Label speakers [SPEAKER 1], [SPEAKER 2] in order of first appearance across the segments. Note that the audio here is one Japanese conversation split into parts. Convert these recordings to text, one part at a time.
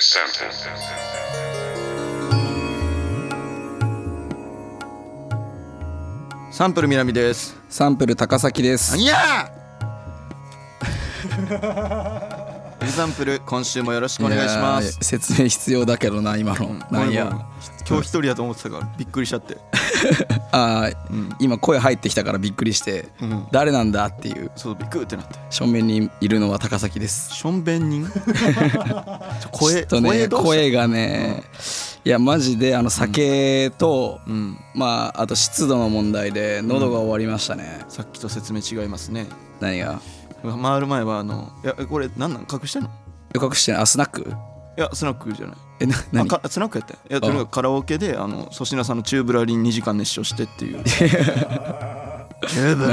[SPEAKER 1] Example.
[SPEAKER 2] サンプル南です。
[SPEAKER 3] サンプル高崎です。
[SPEAKER 2] にゃー。リサンプル今週もよろしくお願いします
[SPEAKER 3] や。ー。説明必要だけどな今の。なんや。
[SPEAKER 2] 今日一人だと思ってたからびっくりしちゃって。
[SPEAKER 3] あー、今声入ってきたからびっくりして、
[SPEAKER 2] ん
[SPEAKER 3] 誰なんだっていう
[SPEAKER 2] そうびっくりってなって。
[SPEAKER 3] 正面にいるのは高崎です。
[SPEAKER 2] ションベン人。ちょ声
[SPEAKER 3] ちょっとね
[SPEAKER 2] 声どうした
[SPEAKER 3] 声がね、いやマジであの酒と、
[SPEAKER 2] ん
[SPEAKER 3] まああと湿度の問題で喉が終わりましたね。
[SPEAKER 2] さっきと説明違いますね。
[SPEAKER 3] 何が？
[SPEAKER 2] 回る前はあのいやこれなんなん隠してんの？
[SPEAKER 3] 予告してないあスナック？
[SPEAKER 2] いやスナックじゃない。
[SPEAKER 3] えな
[SPEAKER 2] あ
[SPEAKER 3] 何？
[SPEAKER 2] かスナックやったよいやとにかくカラオケであの粗品さんのチューブラリン2時間熱唱してっていう チューブ
[SPEAKER 3] い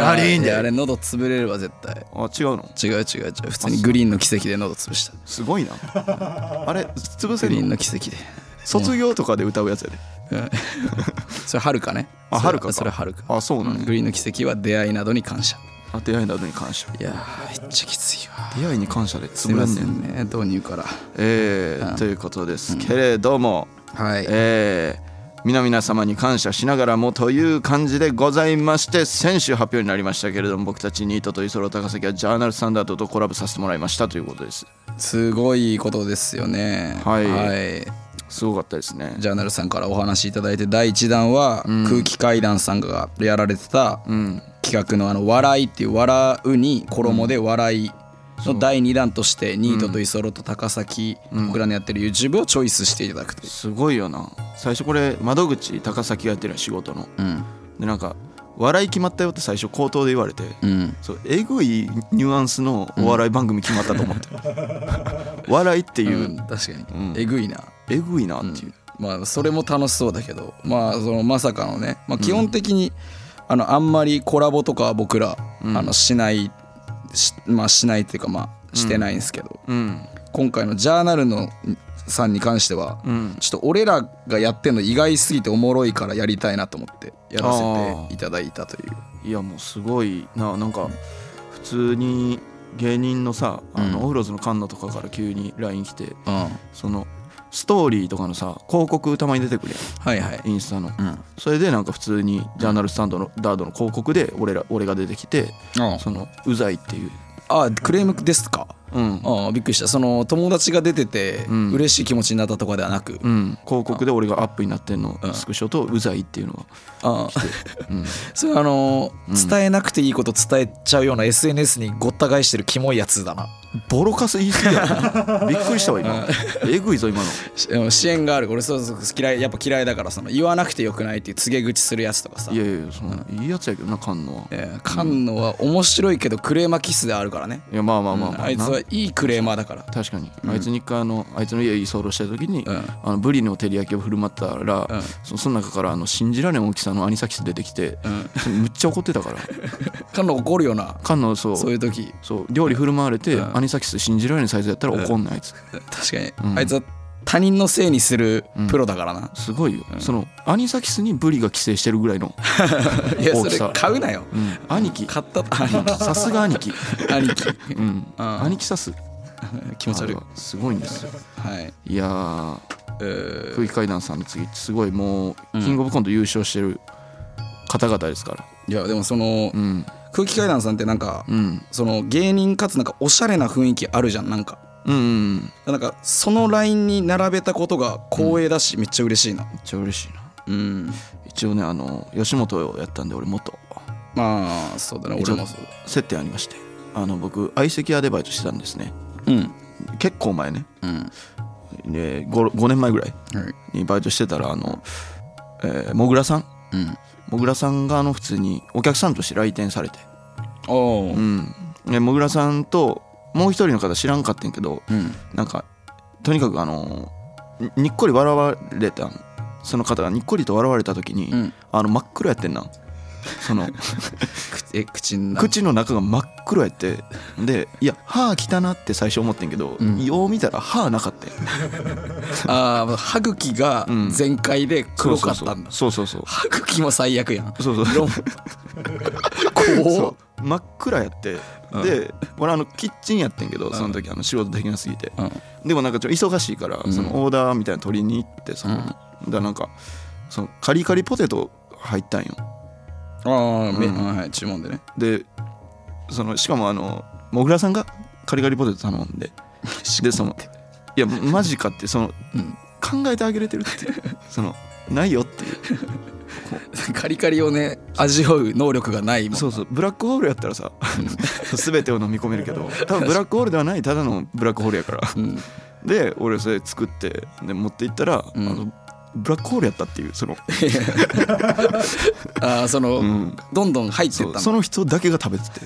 [SPEAKER 3] やあれ喉潰れるわ絶対。
[SPEAKER 2] あ違うの
[SPEAKER 3] 違う違う違う普通にグリーンの奇跡で喉潰した。
[SPEAKER 2] すごいなあれ潰せ
[SPEAKER 3] グリ
[SPEAKER 2] る
[SPEAKER 3] ーン
[SPEAKER 2] の
[SPEAKER 3] の奇跡で。
[SPEAKER 2] 卒業とかで歌うやつやで
[SPEAKER 3] それはるかね。
[SPEAKER 2] あ
[SPEAKER 3] それ
[SPEAKER 2] 遥かか
[SPEAKER 3] それはるか。
[SPEAKER 2] あそうなんや
[SPEAKER 3] グリーンの奇跡は出会いなどに感謝。
[SPEAKER 2] あ出会いなどに感謝
[SPEAKER 3] いやー、めっちゃきついわ。
[SPEAKER 2] 出会いに感謝です
[SPEAKER 3] い
[SPEAKER 2] 潰れ
[SPEAKER 3] ま
[SPEAKER 2] ん
[SPEAKER 3] せ
[SPEAKER 2] ねん
[SPEAKER 3] んね、導入から。
[SPEAKER 2] えーということですけれども、
[SPEAKER 3] はい。
[SPEAKER 2] えー皆々様に感謝しながらもという感じでございまして先週発表になりましたけれども僕たちニートとイソロ高崎はジャーナルスタンダードとコラボさせてもらいましたということです
[SPEAKER 3] すごいことですよね。
[SPEAKER 2] はい
[SPEAKER 3] はい
[SPEAKER 2] すごかったですね
[SPEAKER 3] ジャーナルさんからお話いただいて第1弾は空気階段さんがやられてた企画の「あの笑い」っていう「笑う」に衣で「笑い」の第2弾としてニートとイソロと高崎僕らのやってる YouTube をチョイスしていただくという
[SPEAKER 2] すごいよな最初これ窓口高崎がやってるの仕事の、
[SPEAKER 3] ん
[SPEAKER 2] でなんか笑い決まったよって最初口頭で言われて、
[SPEAKER 3] うん
[SPEAKER 2] そうえぐいニュアンスのお笑い番組決まったと思って、 笑いっていう、
[SPEAKER 3] うん確かにえぐいな
[SPEAKER 2] えぐいなっていう、
[SPEAKER 3] まあそれも楽しそうだけどまあそのまさかのね、まあ、基本的に、あのあんまりコラボとかは僕ら、あのしないしまあしないっていうかまあしてないんですけど、
[SPEAKER 2] うん
[SPEAKER 3] 今回のジャーナルのさんに関しては、ちょっと俺らがやってんの意外すぎておもろいからやりたいなと思ってやらせていただいたという
[SPEAKER 2] いやもうすごいななんか普通に芸人のさあの、オフロズの菅野とかから急に LINE 来て
[SPEAKER 3] うんは
[SPEAKER 2] そのストーリーとかのさ広告たまに出てくるやん
[SPEAKER 3] いはい
[SPEAKER 2] インスタの、
[SPEAKER 3] ん
[SPEAKER 2] それでなんか普通にジャーナルスタンドのダードの広告で俺ら俺が出てきて
[SPEAKER 3] あ
[SPEAKER 2] そのうざいっていう、
[SPEAKER 3] あクレームですか
[SPEAKER 2] うん
[SPEAKER 3] ああびっくりしたその友達が出てて
[SPEAKER 2] ん
[SPEAKER 3] 嬉しい気持ちになったとかではなく、
[SPEAKER 2] うん、広告で俺がアップになってんの
[SPEAKER 3] ん
[SPEAKER 2] スクショとうざいっていうのが、
[SPEAKER 3] ああ
[SPEAKER 2] うん、
[SPEAKER 3] それあのー伝えなくていいこと伝えちゃうような SNS にごった返してるキモいやつだな
[SPEAKER 2] ボロカス言い過ぎや なびっくりしたわ今えぐいぞ今の
[SPEAKER 3] しあの支援がある俺そうそう嫌いやっぱ嫌いだからその言わなくてよくないっていう告げ口するやつとかさ
[SPEAKER 2] いやいやそのいいやつやけどな菅野は
[SPEAKER 3] えー菅野は面白いけどクレーマーキスであるからね
[SPEAKER 2] いやまあまあまあ、ま
[SPEAKER 3] あいつ
[SPEAKER 2] な
[SPEAKER 3] はいいクレーマーだから
[SPEAKER 2] 確かに、あいつに一回あのあいつの家居候した時に、
[SPEAKER 3] ん
[SPEAKER 2] あのブリの照り焼きを振る舞ったら、
[SPEAKER 3] うん
[SPEAKER 2] そその中からあの信じられん大きさのアニサキス出てきて、むっちゃ怒ってたから
[SPEAKER 3] 菅野怒るよな
[SPEAKER 2] 菅野そう
[SPEAKER 3] そういう時
[SPEAKER 2] そう料理振る舞われて、アニサキス信じられんサイズやったら怒んないあいつ
[SPEAKER 3] 確かに、あいつは他人のせいにするプロだからな、
[SPEAKER 2] すごいよ、そのアニサキスにブリが寄生してるぐらいの、
[SPEAKER 3] いや
[SPEAKER 2] 大
[SPEAKER 3] そ
[SPEAKER 2] き
[SPEAKER 3] れ
[SPEAKER 2] さ
[SPEAKER 3] 買うなよ、
[SPEAKER 2] うん、兄貴
[SPEAKER 3] 買 った兄貴
[SPEAKER 2] さすが兄貴、
[SPEAKER 3] 兄貴
[SPEAKER 2] うん、
[SPEAKER 3] うん
[SPEAKER 2] 兄貴さす
[SPEAKER 3] 気持ち悪い
[SPEAKER 2] あれはすごいんですよ
[SPEAKER 3] はい
[SPEAKER 2] いやー
[SPEAKER 3] えー
[SPEAKER 2] 空気階段さんの次すごいもうキングオブコント優勝してる方々ですから
[SPEAKER 3] いやでもその、
[SPEAKER 2] うん
[SPEAKER 3] 空気階段さんってなんか、
[SPEAKER 2] うん
[SPEAKER 3] その芸人かつなんかおしゃれな雰囲気あるじゃんなんか
[SPEAKER 2] うんうんめ
[SPEAKER 3] なんかそのラインに並べたことが光栄だし、めっちゃ嬉しいな
[SPEAKER 2] っちゃ嬉しいな
[SPEAKER 3] うん
[SPEAKER 2] 一応ねあの吉本をやったんで俺元
[SPEAKER 3] まあそうだね
[SPEAKER 2] 一
[SPEAKER 3] 俺
[SPEAKER 2] 応
[SPEAKER 3] もそうだ
[SPEAKER 2] 接点ありましてあの僕相席アでバイトしてたんですね
[SPEAKER 3] うん
[SPEAKER 2] 結構前ね
[SPEAKER 3] うん
[SPEAKER 2] ね 5, 5年前ぐらい
[SPEAKER 3] はい
[SPEAKER 2] にバイトしてたらあの、えーもぐらさん
[SPEAKER 3] うん
[SPEAKER 2] もぐらさんがあの普通にお客さんとして来店されて
[SPEAKER 3] おお
[SPEAKER 2] うんでもぐらさんともう一人の方知らんかったんやけど
[SPEAKER 3] うん
[SPEAKER 2] なんかとにかくあのににっこり笑われたんその方がにっこりと笑われた時に、
[SPEAKER 3] うん
[SPEAKER 2] あの真っ黒やってんなそ の
[SPEAKER 3] 口え口の中
[SPEAKER 2] 口の中が真っ黒やってでいや歯汚なって最初思ってんけど、
[SPEAKER 3] ん
[SPEAKER 2] よう見たら歯なかったよ
[SPEAKER 3] ああ歯茎が
[SPEAKER 2] ん
[SPEAKER 3] 全開で黒かったんだ、
[SPEAKER 2] そうそうそう
[SPEAKER 3] 歯茎も最悪やん
[SPEAKER 2] そうそうそう
[SPEAKER 3] こ
[SPEAKER 2] そう真っ暗やって、
[SPEAKER 3] うん
[SPEAKER 2] で俺あのキッチンやってんけどその時あの仕事できなすぎて、
[SPEAKER 3] うん
[SPEAKER 2] でもなんかちょっと忙しいから、
[SPEAKER 3] ん
[SPEAKER 2] そのオーダーみたいなの取りに行ってそこに、
[SPEAKER 3] うん
[SPEAKER 2] だからなんかそのカリカリポテト入ったんよ
[SPEAKER 3] ああ、め
[SPEAKER 2] うん
[SPEAKER 3] はいはい注文でね
[SPEAKER 2] でそのしかもあのもぐらさんがカリカリポテト頼んででそのいやマジかってその、
[SPEAKER 3] うん
[SPEAKER 2] 考えてあげれてるって いうそのないよっていう
[SPEAKER 3] カリカリをね味わう能力がないもん
[SPEAKER 2] そうそうブラックホールやったらさ 全てを飲み込めるけど多分ブラックホールではないただのブラックホールやから
[SPEAKER 3] うん、
[SPEAKER 2] で俺それ作ってで持って行ったら、
[SPEAKER 3] うん
[SPEAKER 2] あのブラックホールやったっていうその、
[SPEAKER 3] ああその、
[SPEAKER 2] うん、
[SPEAKER 3] どんどん入って
[SPEAKER 2] そ
[SPEAKER 3] っ
[SPEAKER 2] う
[SPEAKER 3] た
[SPEAKER 2] そ
[SPEAKER 3] の
[SPEAKER 2] の人だけが食べて て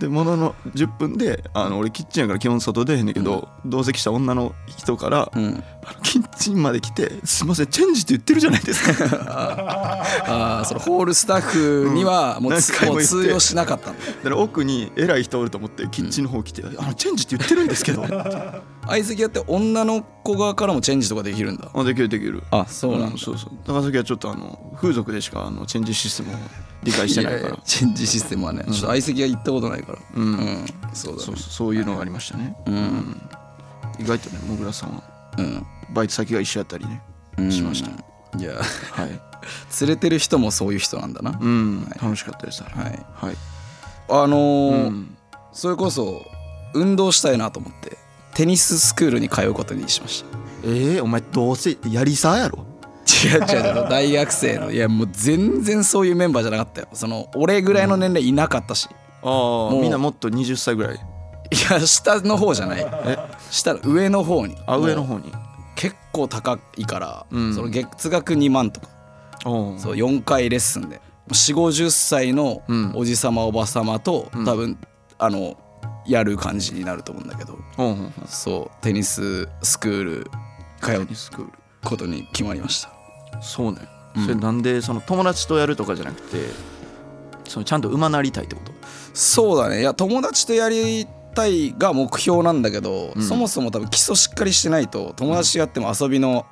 [SPEAKER 2] でものの10分であの俺キッチンやから基本外出へんねんけど、同席した女の人から、
[SPEAKER 3] うん、
[SPEAKER 2] あのキッチンまで来て「すいませんチェンジって言ってるじゃないです か」
[SPEAKER 3] ああそのホールスタッフにはもう,、
[SPEAKER 2] うん何回
[SPEAKER 3] も
[SPEAKER 2] も
[SPEAKER 3] う
[SPEAKER 2] 言って
[SPEAKER 3] 通用しなかったの
[SPEAKER 2] だから奥に偉い人おると思ってキッチンの方来て「あのチェンジって言ってるんです けど」
[SPEAKER 3] 相席屋って女の子側からもチェンジとかできるんだ
[SPEAKER 2] あできるできる
[SPEAKER 3] あそ
[SPEAKER 2] うんそうそう高崎はちょっとあの風俗でしかあのチェンジシステムを理解してないから
[SPEAKER 3] チェンジシステムはね、ちょっと相席屋行ったことないから
[SPEAKER 2] うん
[SPEAKER 3] うそうだね
[SPEAKER 2] そうそうそういうのがありましたね、
[SPEAKER 3] うん
[SPEAKER 2] 意外とねもぐらさんは
[SPEAKER 3] うん
[SPEAKER 2] バイト先が一緒やったりね
[SPEAKER 3] うん
[SPEAKER 2] しました
[SPEAKER 3] いや
[SPEAKER 2] はい、
[SPEAKER 3] 連れてる人もそういう人なんだな、
[SPEAKER 2] うん
[SPEAKER 3] はい
[SPEAKER 2] 楽しかったですあれ
[SPEAKER 3] はい
[SPEAKER 2] はい、
[SPEAKER 3] あのー
[SPEAKER 2] うん
[SPEAKER 3] それこそ運動したいなと思ってテニススクールに通うことにしまし
[SPEAKER 2] ええお前どうせやりさやろ
[SPEAKER 3] た違う違う違う大学生のいやもう全然そういうメンバーじゃなかったよその俺ぐらいの年齢いなかったし、
[SPEAKER 2] ああ
[SPEAKER 3] う
[SPEAKER 2] みんなもっと20歳ぐらい
[SPEAKER 3] いや下の方じゃない下の上の方に
[SPEAKER 2] あ上の
[SPEAKER 3] もう
[SPEAKER 2] 方に
[SPEAKER 3] 結構高いから、
[SPEAKER 2] うん
[SPEAKER 3] その月額2万とか
[SPEAKER 2] おう
[SPEAKER 3] そう4回レッスンで4 5 0歳の
[SPEAKER 2] うん
[SPEAKER 3] おじさまおばさまと、
[SPEAKER 2] うん
[SPEAKER 3] 多分あのやる感じになると思うんだけど
[SPEAKER 2] おうおう
[SPEAKER 3] そうテニススクール通
[SPEAKER 2] テ
[SPEAKER 3] う
[SPEAKER 2] ニススクール
[SPEAKER 3] ことに決まりました
[SPEAKER 2] そうね、
[SPEAKER 3] うん
[SPEAKER 2] それなんでその友達とやるとかじゃなくてそのちゃんと馬なりたいってこと
[SPEAKER 3] そうだねいや友達とやりたいが目標なんだけど、
[SPEAKER 2] うん
[SPEAKER 3] そもそも多分基礎しっかりしてないと友達とやっても遊びの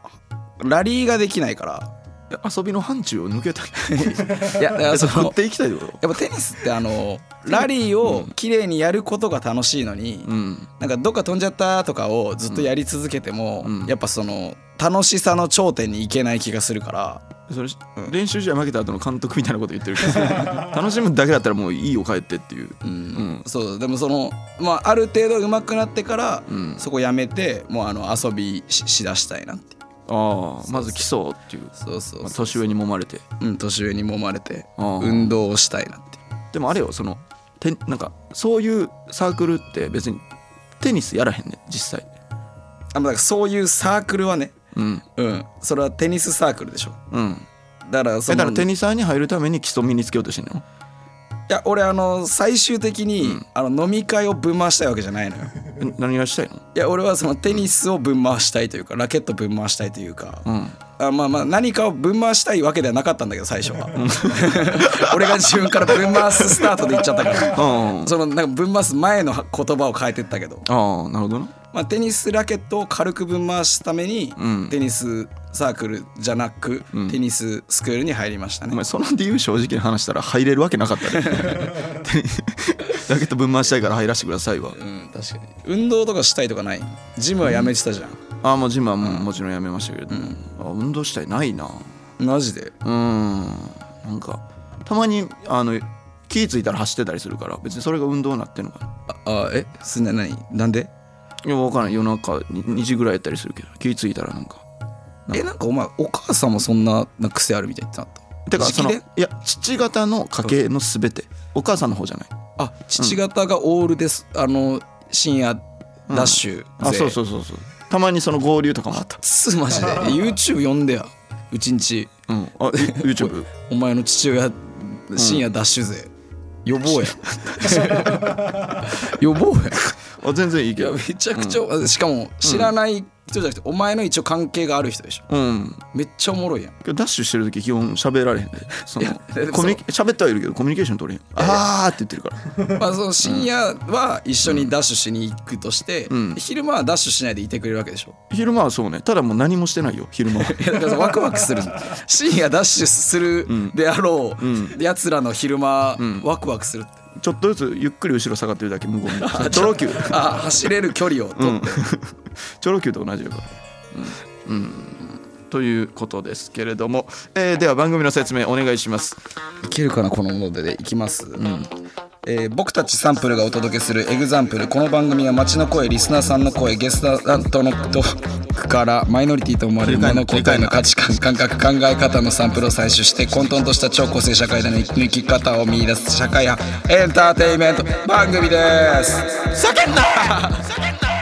[SPEAKER 3] ラリーができないから
[SPEAKER 2] え遊びの範疇を抜けたい
[SPEAKER 3] いやだからそ
[SPEAKER 2] 食
[SPEAKER 3] の
[SPEAKER 2] っていきたいってこと
[SPEAKER 3] やっぱテニスってあのラリーを綺麗にやることが楽しいのに、
[SPEAKER 2] うん
[SPEAKER 3] なんかどっか飛んじゃったとかをずっとやり続けても、
[SPEAKER 2] うん
[SPEAKER 3] やっぱその楽しさの頂点に行けない気がするから
[SPEAKER 2] それ、練習試合負けた後の監督みたいなこと言ってるけ ど楽しむだけだったらもういいよ帰ってっていう
[SPEAKER 3] うん、
[SPEAKER 2] ん
[SPEAKER 3] そうでもそのまあある程度上手くなってから、
[SPEAKER 2] うん
[SPEAKER 3] そこやめてもうあの遊びししだしたいなっていう
[SPEAKER 2] ああまず基礎っていう
[SPEAKER 3] そうそうそう、
[SPEAKER 2] まあ年上に揉まれて
[SPEAKER 3] うん、年上に揉まれて
[SPEAKER 2] あー
[SPEAKER 3] 運動をしたいなっていう
[SPEAKER 2] でもあれよそのてなんかそういうサークルって別にテニスやらへんね実際
[SPEAKER 3] あまあだからそういうサークルはね
[SPEAKER 2] うん
[SPEAKER 3] うんそれはテニスサークルでしょ
[SPEAKER 2] うん
[SPEAKER 3] だからそ
[SPEAKER 2] えだ
[SPEAKER 3] の
[SPEAKER 2] からテニサーに入るために基礎身につけようとしてんの
[SPEAKER 3] いや俺あの最終的に、あの飲み会をぶん回したいわけじゃな いのよ
[SPEAKER 2] え何がしたいの
[SPEAKER 3] いや俺はそのテニスをぶん回したいというかラケットぶん回したいというか、
[SPEAKER 2] うん
[SPEAKER 3] あまあまあ何かをぶん回したいわけではなかったんだけど最初は 俺が自分からぶん回すスタートでいっちゃったから
[SPEAKER 2] あ
[SPEAKER 3] そのなんかぶん回す前の言葉を変えてったけど、
[SPEAKER 2] あああなるほどな
[SPEAKER 3] まあ、テニスラケットを軽くぶん回すために、
[SPEAKER 2] うん
[SPEAKER 3] テニスサークルじゃなく、
[SPEAKER 2] うん
[SPEAKER 3] テニススクールに入りました
[SPEAKER 2] お
[SPEAKER 3] ね
[SPEAKER 2] 前その理由正直に話したら入れるわけなか ったでテニラケット分回したいから入らせてくださいわ
[SPEAKER 3] うん確かに運動とかしたいとかないジムはやめてたじゃん、
[SPEAKER 2] ああもうジムはもうもちろんやめましたけれども、あ運動したいないな
[SPEAKER 3] マジで
[SPEAKER 2] うーんなんかたまにあの気付いたら走ってたりするから別にそれが運動になってんのかな
[SPEAKER 3] ああえすんな何なんで
[SPEAKER 2] いや分からん夜中に2時ぐらいやったりするけど気付いたらなんか
[SPEAKER 3] えなんかお前お母さんもそんななんか癖あるみたいってなった
[SPEAKER 2] てか
[SPEAKER 3] 直
[SPEAKER 2] そのい
[SPEAKER 3] 伝
[SPEAKER 2] や父方の家系の全てお母さんの方じゃない
[SPEAKER 3] あ父方がオールです、あの深夜ダッシュ、
[SPEAKER 2] あそうそううそうそうたまにその合流とかもあった
[SPEAKER 3] つマジで YouTube 呼んでやうちんち
[SPEAKER 2] うんあ YouTube
[SPEAKER 3] お前の父親深夜ダッシュ勢、呼ぼうや呼ぼうや
[SPEAKER 2] あ全然いい
[SPEAKER 3] い
[SPEAKER 2] け
[SPEAKER 3] や
[SPEAKER 2] ど
[SPEAKER 3] めちゃくちゃ、しかも知らない人じゃなくてお前の一応関係がある人でしょ
[SPEAKER 2] うん
[SPEAKER 3] めっちゃおもろいやん
[SPEAKER 2] けどダッシュしてる時基本喋られへんでその
[SPEAKER 3] いやでも
[SPEAKER 2] コミュニケ喋ってはいるけどコミュニケーション取れへんあーって言ってるから
[SPEAKER 3] まあ、その深夜は一緒にダッシュしに行くとして、
[SPEAKER 2] ん
[SPEAKER 3] 昼間はダッシュしないでいてくれるわけでしょ。
[SPEAKER 2] 昼間はそうねただもう何もしてないよ昼 間は
[SPEAKER 3] いやだからさワクワクす る深夜ダッシュするであろうやつらの昼間、ワクワクするって
[SPEAKER 2] ちょっとずつゆっくり後ろ下がってるだけ無言でチョロ Q チ
[SPEAKER 3] あ走れる距離をと、
[SPEAKER 2] ョロ Q と同じだからうん、うん、ということですけれども、えーでは番組の説明お願いします
[SPEAKER 3] いけるかなこのもので、いきます、えー僕たちサンプルがお届けする「エグザンプル」この番組は街の声リスナーさんの声ゲストさんとのトークからマイノリティと思われるもの答えの価値観感覚考え方のサンプルを採取して混沌とした超個性社会での生き方を見出す社会派エンターテインメント番組です叫んだ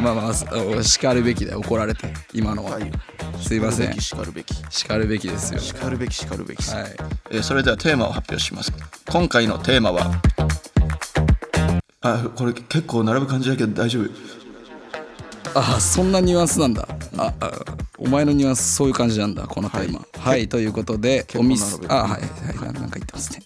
[SPEAKER 3] まあまあお叱るべきだよ怒られて今のは、
[SPEAKER 2] はい
[SPEAKER 3] すいません
[SPEAKER 2] しかるべき
[SPEAKER 3] 叱るべきですよ
[SPEAKER 2] しかるべきしかるべきしかるべき、
[SPEAKER 3] はい
[SPEAKER 2] えーそれではテーマを発表します今回のテーマはあこれ結構並ぶ感じだけど大丈夫
[SPEAKER 3] あそんなニュアンスなんだああお前のニュアンスそういう感じなんだこのテーマはい、ということでお
[SPEAKER 2] 構並べ
[SPEAKER 3] 店あはいはいななんか言ってますね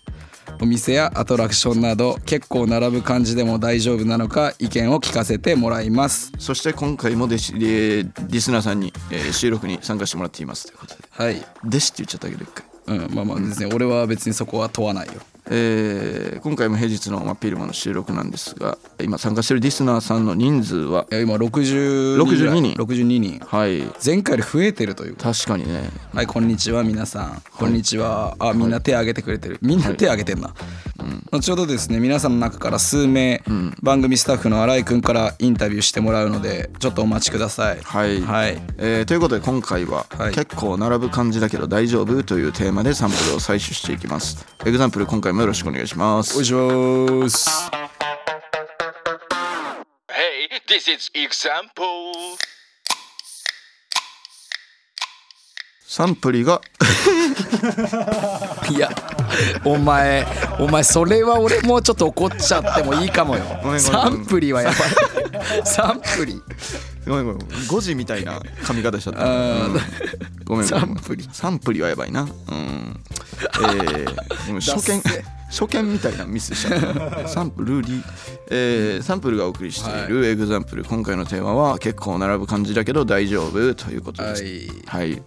[SPEAKER 3] お店やアトラクションなど結構並ぶ感じでも大丈夫なのか意見を聞かせてもらいます
[SPEAKER 2] そして今回も弟子、えーリスナーさんに、えー収録に参加してもらっていますということで
[SPEAKER 3] はい
[SPEAKER 2] 弟子って言っちゃったけど一回、
[SPEAKER 3] うんまあまあですね、俺は別にそこは問わないよ
[SPEAKER 2] えー今回も平日の、まあ、ピルマの収録なんですが今参加してるリスナーさんの人数はい
[SPEAKER 3] や今60
[SPEAKER 2] 62人
[SPEAKER 3] 62人
[SPEAKER 2] はい
[SPEAKER 3] 前回より増えてるという
[SPEAKER 2] 確かにね
[SPEAKER 3] はい、こんにちは、皆さん。こんにちは。あ、みんな手挙げてくれてる。みんな手挙げてんな。後ほどですね、皆さんの中から数名、番組スタッフの新井くんからインタビューしてもらうので、ちょっとお待ちください。
[SPEAKER 2] はい、
[SPEAKER 3] はい。
[SPEAKER 2] えーということで今回は、
[SPEAKER 3] はい
[SPEAKER 2] 結構並ぶ感じだけど大丈夫というテーマでサンプルを採取していきますエグザンプル今回もよろしくお願いします
[SPEAKER 3] おいします。
[SPEAKER 1] Hey, this is example.
[SPEAKER 2] サンプリが
[SPEAKER 3] いや、お前、お前、それは俺もうちょっと怒っちゃってもいいかもよ
[SPEAKER 2] ごめんごめ。ん
[SPEAKER 3] サンプリはやばい。 サンプリ。
[SPEAKER 2] ごめんごめん5時みたいな髪型しちゃった、うんごめんごめん
[SPEAKER 3] サンプリ
[SPEAKER 2] サンプリはやばいなうんえ ー、でも初見初見みたいなミスしちゃ ったサンプルリ、えー、サンプルがお送りしているエグザンプル、今回のテーマは結構並ぶ感じだけど大丈夫ということですはい、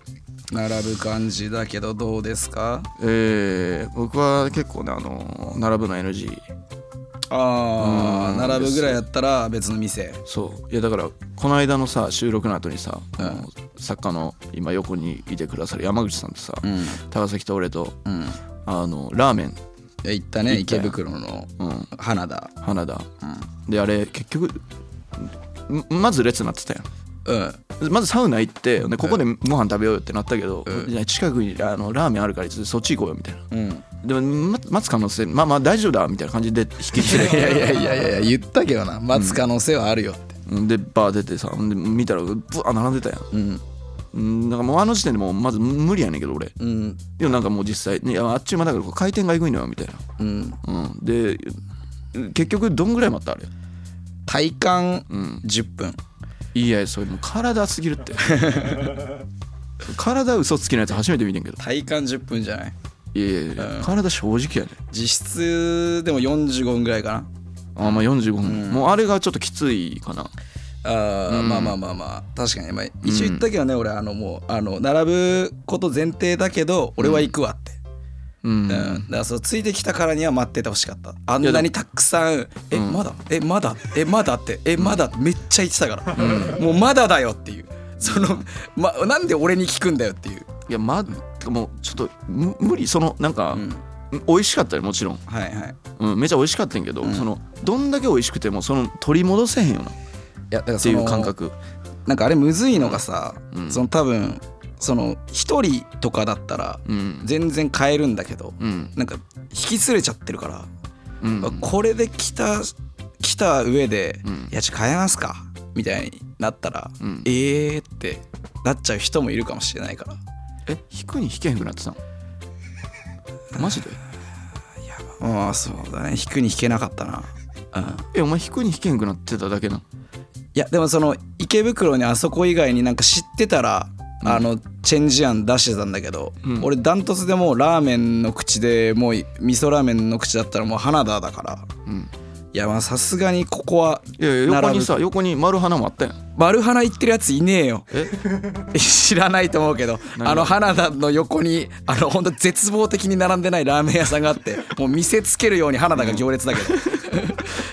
[SPEAKER 3] 並ぶ感じだけど、どうですか
[SPEAKER 2] えー、僕は結構ねあの並ぶの NG
[SPEAKER 3] あ
[SPEAKER 2] う
[SPEAKER 3] あ、
[SPEAKER 2] ん
[SPEAKER 3] 並ぶぐらいやったら別の店。
[SPEAKER 2] そういやだからこの間のさ収録の後にさ、あの作家の今横にいてくださる山口さんとさ、
[SPEAKER 3] ん
[SPEAKER 2] 高崎と俺と、
[SPEAKER 3] うん。
[SPEAKER 2] あのラーメン、
[SPEAKER 3] いや行ったね
[SPEAKER 2] 行った
[SPEAKER 3] 池
[SPEAKER 2] よ
[SPEAKER 3] 袋の
[SPEAKER 2] うん、
[SPEAKER 3] 花田
[SPEAKER 2] 花田、であれ結局んまず列なってたやん
[SPEAKER 3] うん
[SPEAKER 2] まずサウナ行ってでここでご飯食べようよってなったけど、いや近くにあのラーメンあるからそっち行こうよみたいな
[SPEAKER 3] うん
[SPEAKER 2] でもま待つ可能性まあまあ大丈夫だみたいな感じで引き連れ
[SPEAKER 3] い
[SPEAKER 2] て
[SPEAKER 3] やいやいやいや言ったけどな待つ可能性はあるよって、
[SPEAKER 2] うんでバー出てさほんで見たらブワー並んでたやん
[SPEAKER 3] うん
[SPEAKER 2] うんだからもうあの時点でもうまず無理やねんけど俺
[SPEAKER 3] うん
[SPEAKER 2] でもなんかもう実際、ね、いやあっちゅう間だからこう回転がえぐいのよみたいな、
[SPEAKER 3] うん、
[SPEAKER 2] うん、で結局どんぐらい待ったあれ
[SPEAKER 3] 体感10分、
[SPEAKER 2] いやいやそれもう体すぎるって 体嘘つきのやつ初めて見てんけど
[SPEAKER 3] 体感10分じゃない
[SPEAKER 2] いやいやいや、体正直やね
[SPEAKER 3] 実質でも45分ぐらいか
[SPEAKER 2] あまあ45分、もうあれがちょっときついかな
[SPEAKER 3] なあー、まあまあまあまあ確かに、まあ、一応言ったけどね、俺あのもうあの並ぶこと前提だけど俺は行くわって、
[SPEAKER 2] うん、
[SPEAKER 3] うん、だからそうついてきたからには待っててほしかったあん
[SPEAKER 2] いやで
[SPEAKER 3] な
[SPEAKER 2] も
[SPEAKER 3] にたくさん「えまだえまだえまだ」って「えまだ」めっちゃ言ってたから、もう「まだだよ」っていうその、ま、なんで俺に聞くんだよっていう
[SPEAKER 2] いやまあもうちょっとむ無理そのなんか、美味しかったよもちろん、
[SPEAKER 3] はいはい
[SPEAKER 2] うん、めちゃ美味しかったんやけど、そのどんだけ美味しくてもその取り戻せへんよなっ
[SPEAKER 3] いやだから
[SPEAKER 2] て
[SPEAKER 3] そ
[SPEAKER 2] い
[SPEAKER 3] の
[SPEAKER 2] う感覚
[SPEAKER 3] なんかあれむずいのがさ、その多分その一人とかだったら
[SPEAKER 2] うん
[SPEAKER 3] 全然買えるんだけど、
[SPEAKER 2] うん
[SPEAKER 3] なんか引き連れちゃってるから、
[SPEAKER 2] うん
[SPEAKER 3] これで来た来た上で「いやちょっと変えますか」みたいになったら「
[SPEAKER 2] ん
[SPEAKER 3] ええー」ってなっちゃう人もいるかもしれないから
[SPEAKER 2] え引くに引けへんくなってたのマジで
[SPEAKER 3] まあそうだね引くに引けなかったな、うん、
[SPEAKER 2] えお前引くに引けへんくなってただけな
[SPEAKER 3] いやでもその池袋にあそこ以外になんか知ってたら、あのチェンジ案出してたんだけど、俺ダントツでもうラーメンの口でもう味噌ラーメンの口だったらもう花田だから、いやまあさすがにここはい
[SPEAKER 2] やいや横
[SPEAKER 3] 並
[SPEAKER 2] に
[SPEAKER 3] ぶ
[SPEAKER 2] さ横に丸花もあったやん
[SPEAKER 3] 丸花行ってるやついねえよ
[SPEAKER 2] え
[SPEAKER 3] 知らないと思うけどあの花田の横にあの本当絶望的に並んでないラーメン屋さんが あってもう見せつけるように花田が行列だけど、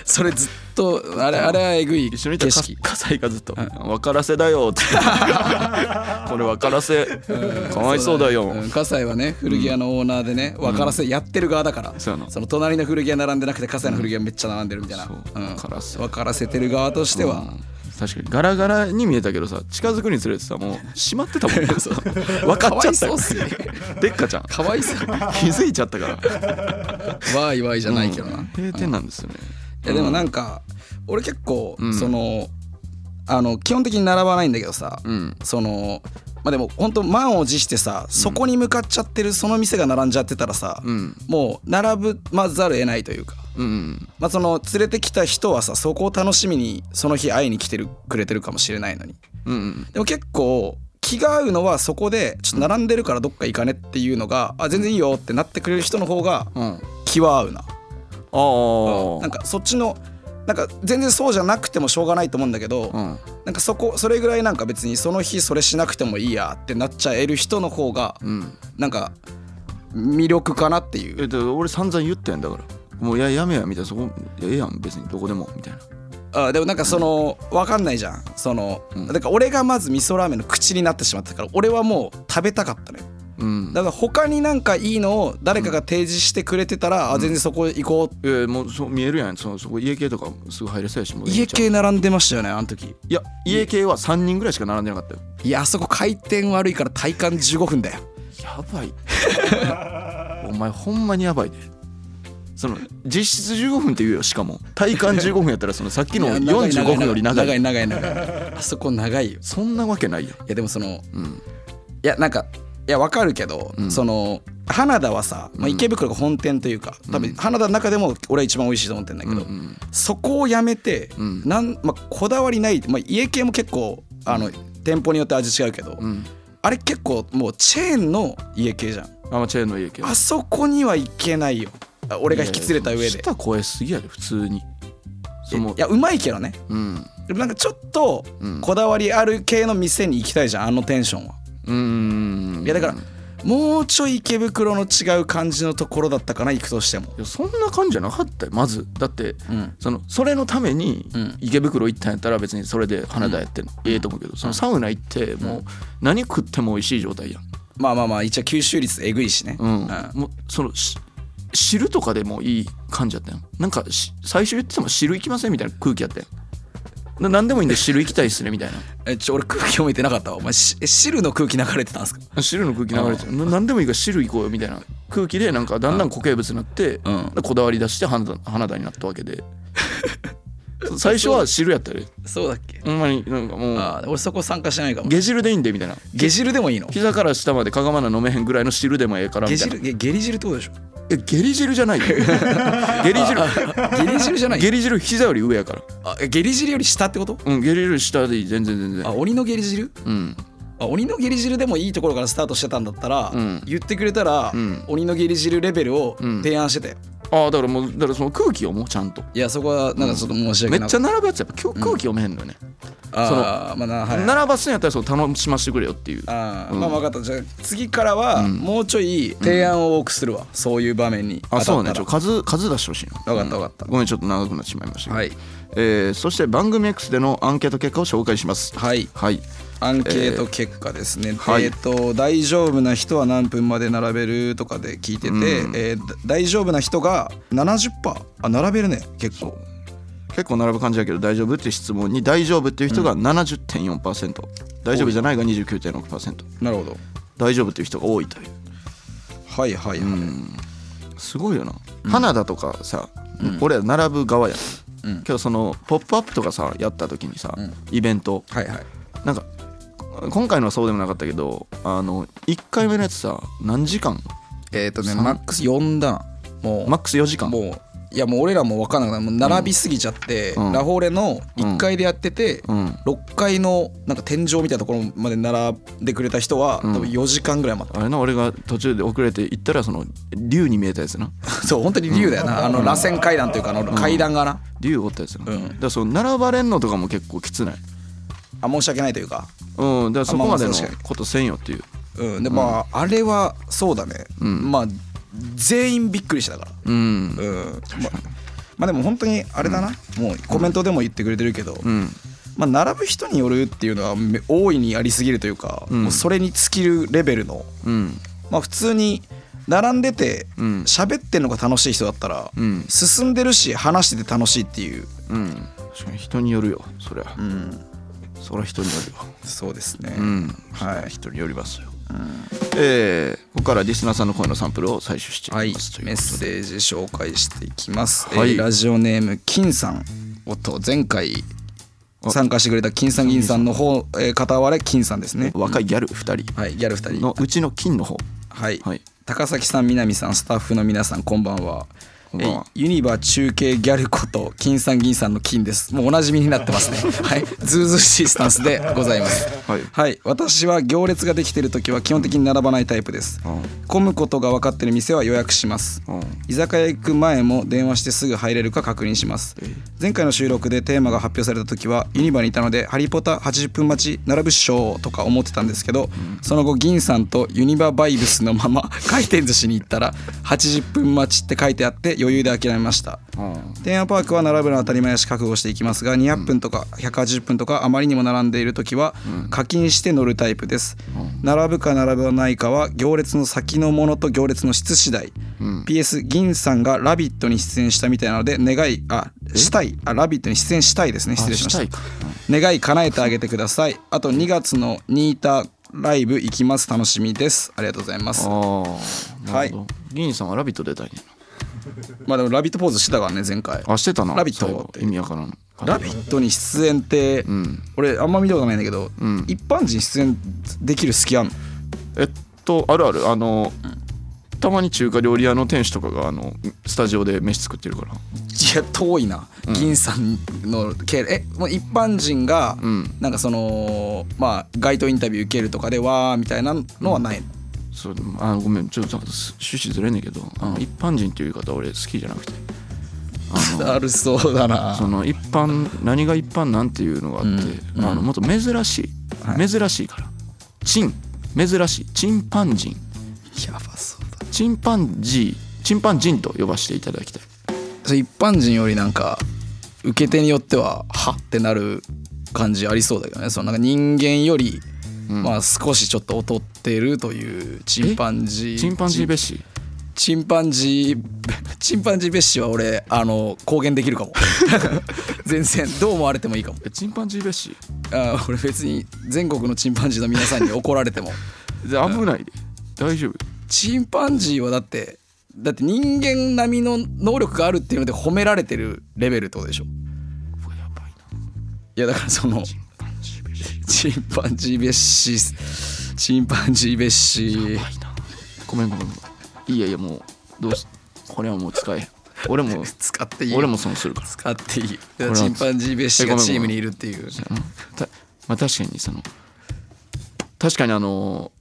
[SPEAKER 3] それずっとあれあれはえぐい景
[SPEAKER 2] 一緒にいたら
[SPEAKER 3] 色
[SPEAKER 2] 葛西がずっと「分からせだよ」 ってこれ分からせかわいそうだよ
[SPEAKER 3] ん葛西はね古着屋のオーナーでね分からせやってる側だから、
[SPEAKER 2] そうやな
[SPEAKER 3] の隣の古着屋並んでなくて葛西の古着屋めっちゃ並んでるみたいな、
[SPEAKER 2] そう
[SPEAKER 3] うん
[SPEAKER 2] 分からせ
[SPEAKER 3] 分からせてる側としては、
[SPEAKER 2] 確かにガラガラに見えたけどさ近づくにつれてさもう閉まってたもんね
[SPEAKER 3] そう
[SPEAKER 2] 分かっちゃった
[SPEAKER 3] かわいそう
[SPEAKER 2] よ
[SPEAKER 3] っすね
[SPEAKER 2] でっかちゃん
[SPEAKER 3] かわいそ うわ
[SPEAKER 2] 気づいちゃったから
[SPEAKER 3] ーいわーいじゃないけどな、
[SPEAKER 2] 閉店なんですよね
[SPEAKER 3] いやでもなんか俺結構そのあの基本的に並ばないんだけどさ
[SPEAKER 2] ん
[SPEAKER 3] そのまあでも本当満を持してさそこに向かっちゃってるその店が並んじゃってたらさ
[SPEAKER 2] ん
[SPEAKER 3] もう並ぶまざるを得ないというか。
[SPEAKER 2] うん
[SPEAKER 3] まあ、その連れてきた人はさそこを楽しみにその日会いに来てるくれてるかもしれないのに
[SPEAKER 2] うんうん
[SPEAKER 3] でも結構気が合うのはそこでちょっと並んでるからどっか行かねっていうのが、あ全然いいよってなってくれる人の方が
[SPEAKER 2] うん
[SPEAKER 3] 気は合うな
[SPEAKER 2] ああ
[SPEAKER 3] なんかそっちのなんか全然そうじゃなくてもしょうがないと思うんだけど、
[SPEAKER 2] ん
[SPEAKER 3] なんかそこそれぐらいなんか別にその日それしなくてもいいやってなっちゃえる人の方が、
[SPEAKER 2] ん
[SPEAKER 3] なんか魅力かなっていう
[SPEAKER 2] えだから俺散々言ったやんだからもういややめやみたいなそこいやええやん別にどこでもみたいな
[SPEAKER 3] あでもなんかその分かんないじゃんその、だから俺がまず味噌ラーメンの口になってしまったから俺はもう食べたかったのよ
[SPEAKER 2] うん
[SPEAKER 3] だから他になんかいいのを誰かが提示してくれてたら、あ全然そこ行こう
[SPEAKER 2] いやもうそう見えるやんそのそこ家系とかすぐ入れそうやしもう
[SPEAKER 3] 家
[SPEAKER 2] い
[SPEAKER 3] 系並んでましたよねあの時
[SPEAKER 2] や家系は3人ぐらいしか並んでなかったよ
[SPEAKER 3] いやあそこ回転悪いから体感15分だよ
[SPEAKER 2] やばい お前ほんまにやばいでその実質15分って言うよしかも体感15分やったらそのさっきの
[SPEAKER 3] いや長い
[SPEAKER 2] 45分より長い
[SPEAKER 3] 長い長い長い 長いあそこ長いよ
[SPEAKER 2] そんなわけないやん
[SPEAKER 3] いやでもその
[SPEAKER 2] うん
[SPEAKER 3] いやなんかいやわかるけど、その花田はさ、まあ、池袋が本店というか、多分花田の中でも俺は一番美味しいと思ってるんだけど、
[SPEAKER 2] うん
[SPEAKER 3] そこをやめて、
[SPEAKER 2] ん
[SPEAKER 3] なんまあ、こだわりない、まあ、家系も結構あの店舗によって味違うけど、
[SPEAKER 2] うん
[SPEAKER 3] あれ結構もうチェーンの家系じゃん
[SPEAKER 2] アマチュアの家系
[SPEAKER 3] あそこには行けないよあ俺が引き連れた上でい
[SPEAKER 2] した声すぎやで普通にその
[SPEAKER 3] やうまいけどね
[SPEAKER 2] うん
[SPEAKER 3] でもなんかちょっと
[SPEAKER 2] うん
[SPEAKER 3] こだわりある系の店に行きたいじゃんあのテンションは
[SPEAKER 2] うん
[SPEAKER 3] いやだからもうちょい池袋の違う感じのところだったかな行くとしても
[SPEAKER 2] いやそんな感じじゃなかったよまずだって、
[SPEAKER 3] ん
[SPEAKER 2] そのそれのために
[SPEAKER 3] ん
[SPEAKER 2] 池袋行ったんやったら別にそれで花田やってんの、ええと思うけどそのサウナ行ってもう何食っても美味しい状態やん、
[SPEAKER 3] まあまあまあ一応吸収率えぐいしね、
[SPEAKER 2] うん
[SPEAKER 3] うん
[SPEAKER 2] もうそのし汁とかでもいい感じやったやんなんかし最初言ってたもん汁行きませんみたいな空気やったやんな何でもいいんで汁行きたいっすねみたい
[SPEAKER 3] えちょ俺空気読めてなかったわお前し汁の空気流れてたんですか
[SPEAKER 2] な汁の空気流れてるな何でもいいから汁行こうよみたいな空気でなんかだんだん固形物になって、
[SPEAKER 3] ん
[SPEAKER 2] でこだわり出して花田花田になったわけ で最初は汁やったで
[SPEAKER 3] そうだっけ
[SPEAKER 2] ほんまになんかもう
[SPEAKER 3] ああ俺そこ参加してないかも
[SPEAKER 2] 下汁でいいんでみたいな
[SPEAKER 3] 下汁でもいいの
[SPEAKER 2] 膝から下までかがまな飲めへんぐらいの汁でもええから
[SPEAKER 3] 下
[SPEAKER 2] みたいな
[SPEAKER 3] 汁下下痢汁ってことでしょ
[SPEAKER 2] え下痢汁じゃないよ下痢汁
[SPEAKER 3] 下痢汁じゃない
[SPEAKER 2] 下痢汁膝より上やから
[SPEAKER 3] あえ下痢汁より下ってこと
[SPEAKER 2] うん下痢汁下でいい全然全然
[SPEAKER 3] あ鬼の下痢汁
[SPEAKER 2] うん
[SPEAKER 3] あ鬼の下痢汁でもいいところからスタートしてたんだったら、
[SPEAKER 2] ん
[SPEAKER 3] 言ってくれたら、
[SPEAKER 2] ん
[SPEAKER 3] 鬼の下痢汁レベルを提案してたよ、
[SPEAKER 2] ああだからもうだからその空気をもうちゃんと
[SPEAKER 3] いやそこはなんかちょっと申し
[SPEAKER 2] め
[SPEAKER 3] 訳
[SPEAKER 2] っ
[SPEAKER 3] な
[SPEAKER 2] ちゃ
[SPEAKER 3] い、
[SPEAKER 2] 並ぶやつやっぱきょ空気読めへんのよね、その
[SPEAKER 3] ああまあな、はいはい、
[SPEAKER 2] 並ばすんやったらその楽しませてくれよっていう
[SPEAKER 3] あーまあ分かったじゃあ次からはもうちょい提案を多くするわ、そういう場面に
[SPEAKER 2] あそうねち
[SPEAKER 3] 分
[SPEAKER 2] ょ
[SPEAKER 3] か
[SPEAKER 2] 数数出してほしいな
[SPEAKER 3] った分かった、
[SPEAKER 2] ごめんちょっと長くなってしまいましたけど
[SPEAKER 3] はい
[SPEAKER 2] えーそして番組 X でのアンケート結果を紹介します
[SPEAKER 3] はい
[SPEAKER 2] はい
[SPEAKER 3] アンケート結果ですね、え
[SPEAKER 2] はい
[SPEAKER 3] ーと大丈夫な人は何分まで並べるとかで聞いてて、えーだ大丈夫な人が70%あ並べるね結構
[SPEAKER 2] 結構並ぶ感じだけど大丈夫っていう質問に大丈夫っていう人が70.4%、大丈夫じゃないが29.6%
[SPEAKER 3] なるほど
[SPEAKER 2] 大丈夫っていう人が多いという
[SPEAKER 3] はいはいはい、
[SPEAKER 2] すごいよな、花田とかさ、俺ら並ぶ側や、ん、けどその「ポップアップとかさやった時にさ、イベント
[SPEAKER 3] はいはい
[SPEAKER 2] なんか今回のはそうでもなかったけどあの1回目のやつさ何時間
[SPEAKER 3] えっ、とねマックス4段もう
[SPEAKER 2] マックス4時間
[SPEAKER 3] もういやもう俺らも分かんなくなるもう並びすぎちゃって、
[SPEAKER 2] ん
[SPEAKER 3] ラフォーレの1階でやってて、
[SPEAKER 2] うん
[SPEAKER 3] 6階のなんか天井みたいなところまで並んでくれた人は、多分4時間ぐらい待っ
[SPEAKER 2] あれな俺が途中で遅れて行ったらその竜に見えたやつ な
[SPEAKER 3] たそう本当に竜だよな、あの螺旋階段というかあの階段がな、
[SPEAKER 2] 竜おったやつな、
[SPEAKER 3] うん
[SPEAKER 2] だからその並ばれんのとかも結構きつない
[SPEAKER 3] あ申し訳ないというか、
[SPEAKER 2] うんだからそこまで
[SPEAKER 3] あまあまあ
[SPEAKER 2] の
[SPEAKER 3] 確かに
[SPEAKER 2] ことせんよっていう
[SPEAKER 3] うん、でまあ、あれはそうだね、まあ全員びっくりしたから
[SPEAKER 2] うん
[SPEAKER 3] うんままあでも本当にあれだな、もうコメントでも言ってくれてるけど、
[SPEAKER 2] うん
[SPEAKER 3] まあ、並ぶ人によるっていうのはめ大いにありすぎるというか、もうそれに尽きるレベルの、
[SPEAKER 2] うん
[SPEAKER 3] まあ、普通に並んでて
[SPEAKER 2] ん
[SPEAKER 3] 喋ってんのが楽しい人だったら、
[SPEAKER 2] ん
[SPEAKER 3] 進んでるし話してて楽しいっていう、
[SPEAKER 2] うん確かに人によるよそりゃ、そりゃ人によるよ
[SPEAKER 3] そうですね、
[SPEAKER 2] うん
[SPEAKER 3] はい
[SPEAKER 2] 人によりますよ、えーここからリスナーさんの声のサンプルを採取していき
[SPEAKER 3] はい、メ
[SPEAKER 2] ますという
[SPEAKER 3] ッセージ紹介していきます、
[SPEAKER 2] はい
[SPEAKER 3] えーラジオネーム金さんおっと前回参加してくれた金さん銀さんの方、えー、片割れ金さんですね
[SPEAKER 2] 若いギャル2人
[SPEAKER 3] はいギャル2人
[SPEAKER 2] のうちの金の方
[SPEAKER 3] はい、
[SPEAKER 2] はい
[SPEAKER 3] 高崎さん南さんスタッフの皆さんこんばんは
[SPEAKER 2] こんばんは
[SPEAKER 3] えユニバ中継ギャルこと金さん銀さんの金ですもうおなじみになっ てますねはいずうずうしいスタンスでございます
[SPEAKER 2] はい
[SPEAKER 3] 私は行列ができている時は基本的に並ばないタイプです、
[SPEAKER 2] うん
[SPEAKER 3] 混むことが分かってる店は予約します、
[SPEAKER 2] うん
[SPEAKER 3] 居酒屋行く前も電話してすぐ入れるか確認します前回の収録でテーマが発表された時はユニバにいたので「ハリポタ80分待ち並ぶっしょ」とか思ってたんですけどその後銀さんとユニババイブスのまま回転寿司に行ったら「80分待ち」って書いてあって余裕で諦めました
[SPEAKER 2] うん
[SPEAKER 3] テーマパークは並ぶのは当たり前やし覚悟していきますが200分とか180分とかあまりにも並んでいる時は課金して乗るタイプです、並ぶか並ばないかは行列の先のものと行列の質次第、PS 銀さんが「ラビット!」に出演したみたいなので願いあしたいあ「ラビット!」に出演したいですね失礼しまし
[SPEAKER 2] あ
[SPEAKER 3] た
[SPEAKER 2] したいか
[SPEAKER 3] 願い叶えてあげてくださいあと2月のニータライブ行きます楽しみですありがとうございます
[SPEAKER 2] ああ
[SPEAKER 3] はい
[SPEAKER 2] 銀さんは「ラビット!」出たいね
[SPEAKER 3] まあでも「ラビット!」ポーズしてたからね前回
[SPEAKER 2] あしてたな
[SPEAKER 3] ラビット
[SPEAKER 2] 最後意味わからん
[SPEAKER 3] 「ラビット!」に出演って、俺あんま見たことないんだけど、一般人出演できる隙あんの
[SPEAKER 2] えっとあるあるあの、たまに中華料理屋の店主とかがあのスタジオで飯作ってるから
[SPEAKER 3] いや遠いな、銀さんの経えもう一般人が、
[SPEAKER 2] ん
[SPEAKER 3] なんかそのまあ街頭インタビュー受けるとかでわーみたいなのはない、
[SPEAKER 2] そうあごめんちょっとなんか趣旨ずれんねんけど、あの一般人っていう言い方俺好きじゃなくて
[SPEAKER 3] だるそうだな
[SPEAKER 2] その一般何が一般なんていうのがあって、あのもっと珍しい、
[SPEAKER 3] はい
[SPEAKER 2] 珍しいからチン珍しいチンパンジン
[SPEAKER 3] やばそうだ
[SPEAKER 2] チンパンジーチンパンジンと呼ばせていただきたい
[SPEAKER 3] それ一般人よりなんか受け手によってははってなる感じありそうだけどねそのなんか人間より、まあ少しちょっと劣ってるというチンパンジー
[SPEAKER 2] チンパンジーベッシー
[SPEAKER 3] チンパンジー チンパンジーベッシュは俺あの公言できるかも 全然どう思われてもいいかも
[SPEAKER 2] えチンパンジーベッシ
[SPEAKER 3] あー俺別に全国のチンパンジーの皆さんに怒られても
[SPEAKER 2] ーで危ないで大丈夫
[SPEAKER 3] チンパンジーはだってだって人間並みの能力があるっていうので褒められてるレベルってことでしょ
[SPEAKER 2] うわやばいない
[SPEAKER 3] やだからその
[SPEAKER 2] チンパンジーベッシー
[SPEAKER 3] チンパンジーベッシーチンパンジーベッシー
[SPEAKER 2] やばいなごめんごめんごめんいいやいやもうどうしこれはもう使えへん俺も
[SPEAKER 3] 使っていいよ
[SPEAKER 2] 俺も損するから
[SPEAKER 3] 使っていい
[SPEAKER 2] は
[SPEAKER 3] チンパンジーベッシー
[SPEAKER 2] えごめんごめん
[SPEAKER 3] がチームにいるっていう
[SPEAKER 2] うんたまあ確かにその確かにあの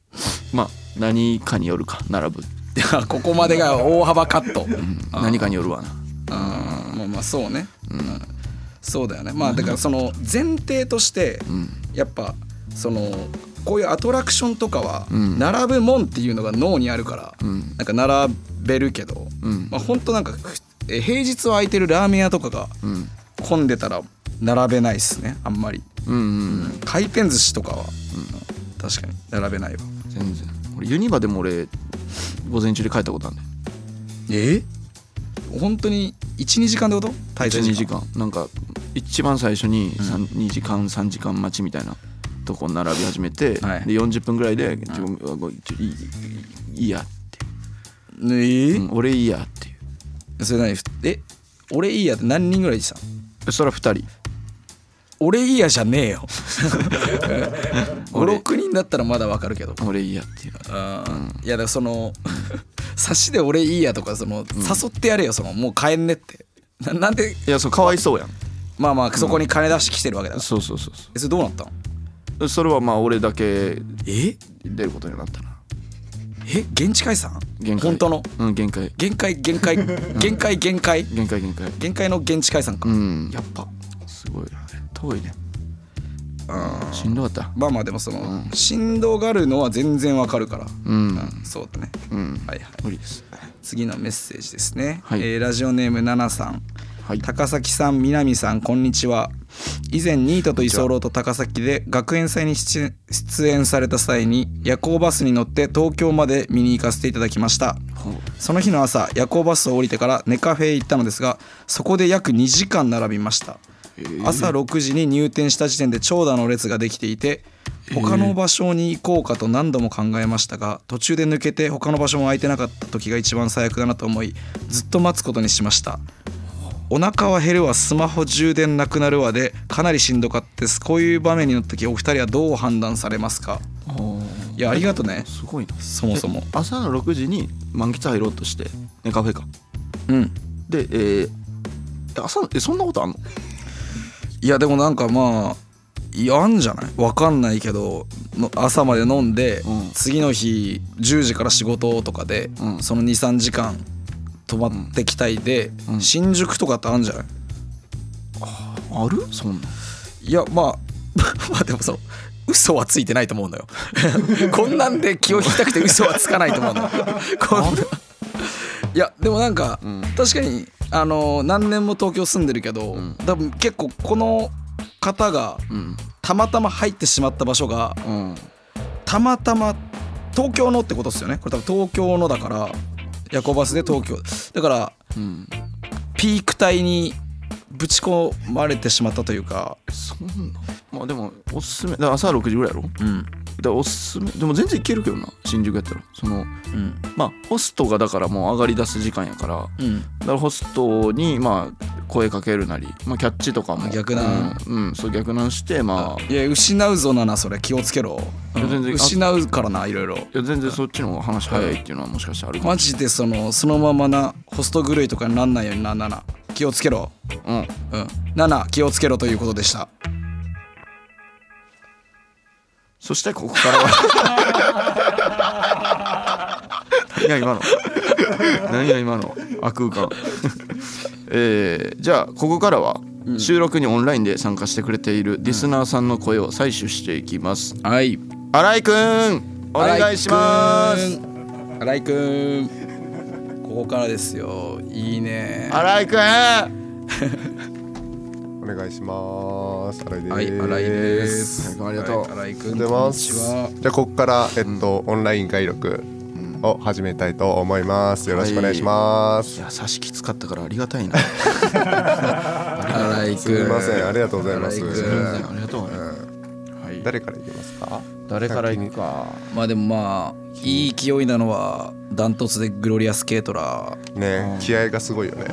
[SPEAKER 2] まあ何かによるか並ぶ
[SPEAKER 3] いやここまでが大幅カット
[SPEAKER 2] 何かによるわな
[SPEAKER 3] うんまあまあそうね、うんそうだよねまあだからその前提としてやっぱそのこういうアトラクションとかは並ぶもんっていうのが脳にあるからなんか並べるけど、まあ本当なんかふえ平日は空いてるラーメン屋とかが混んでたら並べないっすねあんまり、
[SPEAKER 2] うんうん、
[SPEAKER 3] 回転寿司とかは、うん確かに並べないわ
[SPEAKER 2] 全然俺ユニバでも俺午前中で帰ったことあるんだよ
[SPEAKER 3] え本当に12時間ってこと滞在
[SPEAKER 2] 12時間なんか一番最初に三2時間3時間待ちみたいなとこ並び始めて、
[SPEAKER 3] はい
[SPEAKER 2] で40分ぐらいで「ちょあごめんちょいいいいいや」って
[SPEAKER 3] ねえ、
[SPEAKER 2] うん俺いいや」っていう
[SPEAKER 3] それ何ふえ俺いいやって何人ぐらいでした
[SPEAKER 2] それは2人
[SPEAKER 3] 俺いいやじゃねえよ56人だったらまだわかるけど
[SPEAKER 2] 俺いいやっていう
[SPEAKER 3] うんいやだからその差しで俺いいやとかその誘ってやれよそのもう帰んねってななんで
[SPEAKER 2] いやそうかわいそうやん
[SPEAKER 3] まあまあそこに金出してきてるわけだから
[SPEAKER 2] そうそうそうそ
[SPEAKER 3] えそれどうなったの
[SPEAKER 2] うそれはまあ俺だけ
[SPEAKER 3] え
[SPEAKER 2] 出ることになったな
[SPEAKER 3] え現地解散
[SPEAKER 2] 限界
[SPEAKER 3] 本当の
[SPEAKER 2] うん限界
[SPEAKER 3] 限界限界限界限界
[SPEAKER 2] 限界限界
[SPEAKER 3] 限界の現地解散か、
[SPEAKER 2] うん
[SPEAKER 3] やっぱ
[SPEAKER 2] すごいな遠いねしんどかった
[SPEAKER 3] まあまあでもその、振動があるのは全然わかるから、
[SPEAKER 2] うん
[SPEAKER 3] うんそうだね、
[SPEAKER 2] うん
[SPEAKER 3] はいはい
[SPEAKER 2] 無理です
[SPEAKER 3] 次のメッセージですね、
[SPEAKER 2] はい
[SPEAKER 3] えーラジオネームナナさん
[SPEAKER 2] はい
[SPEAKER 3] 高崎さん南さんこんにちは以前ニートと居候と高崎で学園祭に出出演された際に夜行バスに乗って東京まで見に行かせていただきました
[SPEAKER 2] ほう
[SPEAKER 3] その日の朝夜行バスを降りてからネカフェへ行ったのですがそこで約2時間並びました朝6時に入店した時点で長蛇の列ができていて他の場所に行こうかと何度も考えましたが途中で抜けて他の場所も空いてなかった時が一番最悪だなと思いずっと待つことにしましたお腹は減るわスマホ充電なくなるわでかなりしんどかったですこういう場面になった時お二人はどう判断されますかいやありがとね
[SPEAKER 2] すごいな
[SPEAKER 3] そもそも
[SPEAKER 2] 朝の6時に満喫入ろうとしてねカフェか
[SPEAKER 3] うん
[SPEAKER 2] でえーえ朝えそんなことあんの
[SPEAKER 3] いやでもなんかまあいやあんじゃないわかんないけどの朝まで飲んで、
[SPEAKER 2] うん
[SPEAKER 3] 次の日10時から仕事とかで、
[SPEAKER 2] うん
[SPEAKER 3] その23時間泊まってきたいで、
[SPEAKER 2] うん
[SPEAKER 3] 新宿とかってあんじゃない
[SPEAKER 2] あるそんない
[SPEAKER 3] やまあ まあでもその嘘はついてないと思うのよ こんなんで気を引きたくて嘘はつかないと思うのよこん ないやでもなんか、
[SPEAKER 2] ん
[SPEAKER 3] 確かにあの何年も東京住んでるけど、
[SPEAKER 2] ん
[SPEAKER 3] 多分結構この方が
[SPEAKER 2] うん
[SPEAKER 3] たまたま入ってしまった場所が
[SPEAKER 2] うん
[SPEAKER 3] たまたま東京のってことですよねこれ多分東京のだから夜行バスで東京だから
[SPEAKER 2] うん
[SPEAKER 3] ピーク帯にぶち込まれてしまったというか、
[SPEAKER 2] そんなまあでもおすすめだから朝6時ぐらいやろだか
[SPEAKER 3] うん
[SPEAKER 2] らおすすめでも全然いけるけどな新宿やったらその
[SPEAKER 3] うん
[SPEAKER 2] まあホストがだからもう上がり出す時間やからだ
[SPEAKER 3] うん、
[SPEAKER 2] からホストにまあ声かけるなり、まあ、キャッチとかも
[SPEAKER 3] あ逆ナン
[SPEAKER 2] うん、うんそう逆なんしてまあ
[SPEAKER 3] いや失うぞななそれ気をつけろ、
[SPEAKER 2] いや全然
[SPEAKER 3] 失うからないろいろ
[SPEAKER 2] いや全然そっちの方が話早いっていうのはもしかしてあるかも
[SPEAKER 3] マジでそのそのままなホスト狂いとかになんないようにななな気をつけろ
[SPEAKER 2] うん
[SPEAKER 3] うんなな気をつけろということでした
[SPEAKER 2] そしてここからは何や今の何や今の悪空間えーじゃあここからは収録にオンラインで参加してくれているリスナーさんの声を採取していきます
[SPEAKER 3] はい
[SPEAKER 2] 新井くんお願いします
[SPEAKER 3] 新井くんここからですよいいね
[SPEAKER 2] 新井くん
[SPEAKER 4] お願いします。新井です。
[SPEAKER 3] はい新井で
[SPEAKER 2] 新井
[SPEAKER 3] す
[SPEAKER 2] くんありがとう
[SPEAKER 3] はい新井くん
[SPEAKER 4] おはようございま
[SPEAKER 3] こんに
[SPEAKER 4] す。じゃあここからえっと、オンライン外録を始めたいと思います。よろしくお願いします。
[SPEAKER 2] いや差しきつかったからありがたいな
[SPEAKER 3] ちは新井くん
[SPEAKER 4] すみません、ありがとうございます。
[SPEAKER 3] 新井
[SPEAKER 2] 全
[SPEAKER 3] 君
[SPEAKER 2] 然ありがとうね、はい
[SPEAKER 4] 誰からいきますか。
[SPEAKER 2] 誰から行くか
[SPEAKER 3] まあでもまあいい勢いなのはダントツでグロリアスケートラー
[SPEAKER 4] ね、気合がすごいよね。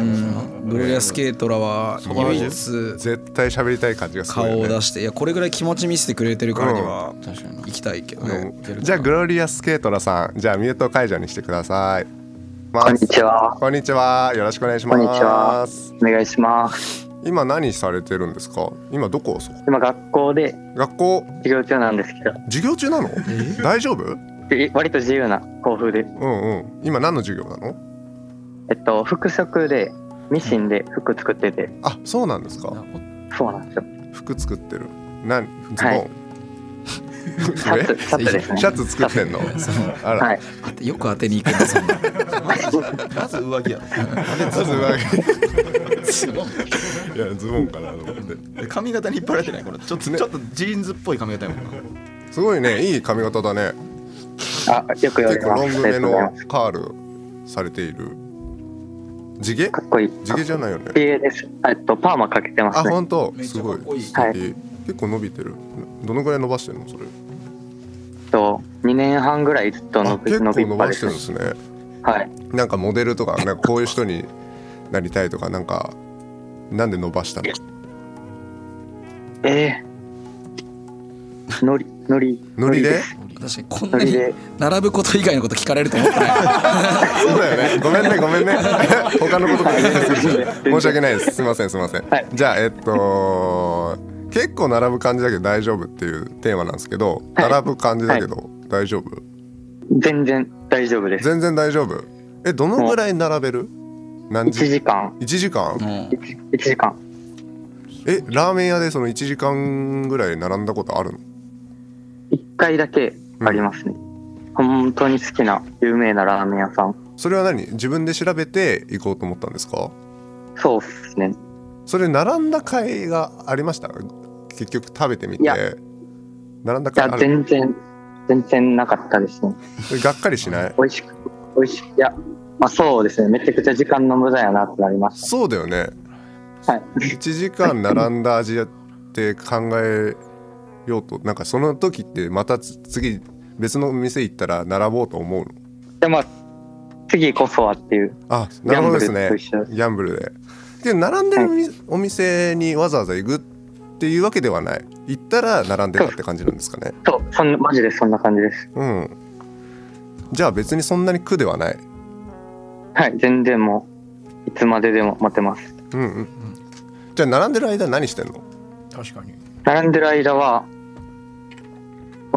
[SPEAKER 3] グロリアスケートラーは唯一
[SPEAKER 4] 絶対喋りたい感じがすごい
[SPEAKER 3] 顔を
[SPEAKER 4] よね
[SPEAKER 3] 出。していやこれぐらい気持ち見せてくれてるからには
[SPEAKER 2] 確かに
[SPEAKER 3] 行きたいけどね
[SPEAKER 4] うんじゃあグロリアスケートラさん、じゃあミュート解除にしてください。
[SPEAKER 5] こ
[SPEAKER 4] こ
[SPEAKER 5] んにち。は。
[SPEAKER 4] こんにちは。よろしくお願いし
[SPEAKER 5] こんにちは
[SPEAKER 4] ます。。
[SPEAKER 5] お願いします。
[SPEAKER 4] 今何されてるんですか。今どこそこ。
[SPEAKER 5] 今学校で
[SPEAKER 4] 学校
[SPEAKER 5] 授業中なんですけど、
[SPEAKER 4] 授業中なの？大丈夫？
[SPEAKER 5] え割と自由な校風で、
[SPEAKER 4] うんうん。今何の授業なの？
[SPEAKER 5] えっと服飾でミシンで服作ってて、
[SPEAKER 4] あ、そうなんですか。
[SPEAKER 5] そうなんですよ。
[SPEAKER 4] 服作ってる。なんズボン。
[SPEAKER 5] はいシャツシ ャツです
[SPEAKER 4] え
[SPEAKER 5] ね。
[SPEAKER 4] シャツ作ってんの。あら。
[SPEAKER 5] はい。
[SPEAKER 3] よく当てに行く なそんな
[SPEAKER 2] まず上着 や
[SPEAKER 4] ズボン。
[SPEAKER 2] すごい
[SPEAKER 4] いやズボンかなと思って。
[SPEAKER 2] 髪型に引っ張られてないこれちょっと、
[SPEAKER 4] ね
[SPEAKER 2] ちょっとジーンズっぽい髪型やもんな
[SPEAKER 4] すごいね、いい髪型だね。
[SPEAKER 5] あよく言わ
[SPEAKER 4] 結
[SPEAKER 5] れ
[SPEAKER 4] 構
[SPEAKER 5] ます。
[SPEAKER 4] ロングめ
[SPEAKER 5] ありがとうござい
[SPEAKER 4] の
[SPEAKER 5] ます
[SPEAKER 4] カールされている。地毛？
[SPEAKER 5] かっこいい。
[SPEAKER 4] 地毛じゃないよね。
[SPEAKER 5] いいです。あえっとパーマかけてま
[SPEAKER 4] あ、
[SPEAKER 5] すね。
[SPEAKER 4] 本当。
[SPEAKER 3] めっち
[SPEAKER 4] す
[SPEAKER 3] ゃか
[SPEAKER 4] ご
[SPEAKER 3] っこいい
[SPEAKER 4] い。素敵。結構伸びてる。どのぐらい伸ばしてるのそれ？
[SPEAKER 5] えっと2年半ぐらいずっと伸
[SPEAKER 4] あ、
[SPEAKER 5] び
[SPEAKER 4] 結構
[SPEAKER 5] 伸びっ
[SPEAKER 4] 伸
[SPEAKER 5] ぱ
[SPEAKER 4] ば
[SPEAKER 5] で
[SPEAKER 4] して
[SPEAKER 5] す
[SPEAKER 4] るんで。すね。
[SPEAKER 5] はい。
[SPEAKER 4] なんかモデルとかなんかこういう人になりたいとかなんかなんで伸ばしたの？
[SPEAKER 5] えー、のりのり
[SPEAKER 4] ノリで
[SPEAKER 3] 確かにこん
[SPEAKER 5] の
[SPEAKER 3] な
[SPEAKER 5] り
[SPEAKER 3] に
[SPEAKER 5] で
[SPEAKER 3] 並ぶこと以外のこと聞かれると思ってない
[SPEAKER 4] そうだよねごめんねごめんね 他のことが 申し訳ないですすいませんすいません、
[SPEAKER 5] はい
[SPEAKER 4] じゃあえっと結構並ぶ感じだけど大丈夫っていうテーマなんですけど
[SPEAKER 5] はい
[SPEAKER 4] 並ぶ感じだけど大丈夫、
[SPEAKER 5] 全然大丈夫です
[SPEAKER 4] 全然大丈夫えどのぐらい並べる何
[SPEAKER 5] 1
[SPEAKER 4] 時
[SPEAKER 5] 時間
[SPEAKER 4] 1時間
[SPEAKER 3] うん
[SPEAKER 5] 1時間
[SPEAKER 4] えラーメン屋でその1時間ぐらい並んだことあるの
[SPEAKER 5] 1回だけありますね、本当に好きな有名なラーメン屋さん
[SPEAKER 4] それは何自分で調べて行こうと思ったんですか
[SPEAKER 5] そうっすね
[SPEAKER 4] それ並んだ会がありました結局食べてみ
[SPEAKER 5] いや
[SPEAKER 4] て並んだ
[SPEAKER 5] い
[SPEAKER 4] 会
[SPEAKER 5] や
[SPEAKER 4] ある
[SPEAKER 5] 全然全然なかったですね
[SPEAKER 4] それがっかりしない
[SPEAKER 5] 美味しく美味しくいやまあそうですねめちゃくちゃ時間の無駄やなってなりまし
[SPEAKER 4] そうだよね
[SPEAKER 5] たはい
[SPEAKER 4] 1時間並んだ味って考えようとなんかその時ってまたつ次別の店行ったら並ぼうと思うの
[SPEAKER 5] でまあ次こそはっていう
[SPEAKER 4] あなるほどです
[SPEAKER 5] ギャン
[SPEAKER 4] ね
[SPEAKER 5] ブルと一緒
[SPEAKER 4] ギャンブルでで並んでるみお店にわざわざ行くっていうわけではない行ったら並んでたって感じなんですかね
[SPEAKER 5] そうそんなマジでそんな感じです
[SPEAKER 4] うんじゃあ別にそんなに苦ではない
[SPEAKER 5] はい全然もういつまででも待てます
[SPEAKER 4] うんうんうんじゃあ並んでる間何してんの
[SPEAKER 2] 確かに
[SPEAKER 5] 並んでる間は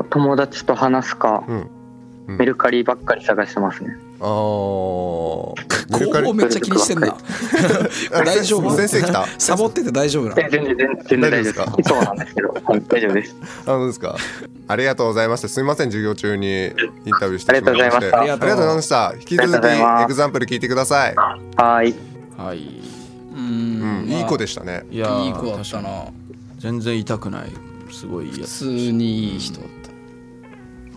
[SPEAKER 5] 友達と話すか、
[SPEAKER 4] うんうん
[SPEAKER 5] メルカリばっかり探してますね
[SPEAKER 4] あーメル
[SPEAKER 3] 後
[SPEAKER 4] カリ
[SPEAKER 3] 方めっちゃ気にしてんな
[SPEAKER 4] あ
[SPEAKER 3] 大丈夫
[SPEAKER 4] 先生来た
[SPEAKER 3] サボってて大丈夫な
[SPEAKER 5] え全然全然大丈夫です
[SPEAKER 4] 大丈夫
[SPEAKER 5] いつもなんですけど、はい大丈夫です
[SPEAKER 4] あのですか。ありがとうございました。すみません、授業中にインタビューして
[SPEAKER 5] あ
[SPEAKER 4] し
[SPEAKER 5] りが
[SPEAKER 4] ま
[SPEAKER 5] とう
[SPEAKER 4] い
[SPEAKER 5] ご
[SPEAKER 4] ま
[SPEAKER 5] ざ
[SPEAKER 4] し
[SPEAKER 5] いま
[SPEAKER 4] て。
[SPEAKER 5] した
[SPEAKER 4] ありがとうございました。引き続
[SPEAKER 5] ありがとう
[SPEAKER 4] き
[SPEAKER 5] ございます
[SPEAKER 4] エグザンプル聞いてください。
[SPEAKER 5] はーい
[SPEAKER 2] はいいう
[SPEAKER 4] うん、
[SPEAKER 3] ん
[SPEAKER 4] いい子
[SPEAKER 3] で
[SPEAKER 4] でしたね。
[SPEAKER 2] いー
[SPEAKER 3] いい子だったな
[SPEAKER 2] 全然痛くないすごいいいや
[SPEAKER 3] 普
[SPEAKER 2] つ
[SPEAKER 3] 通にいい人だっ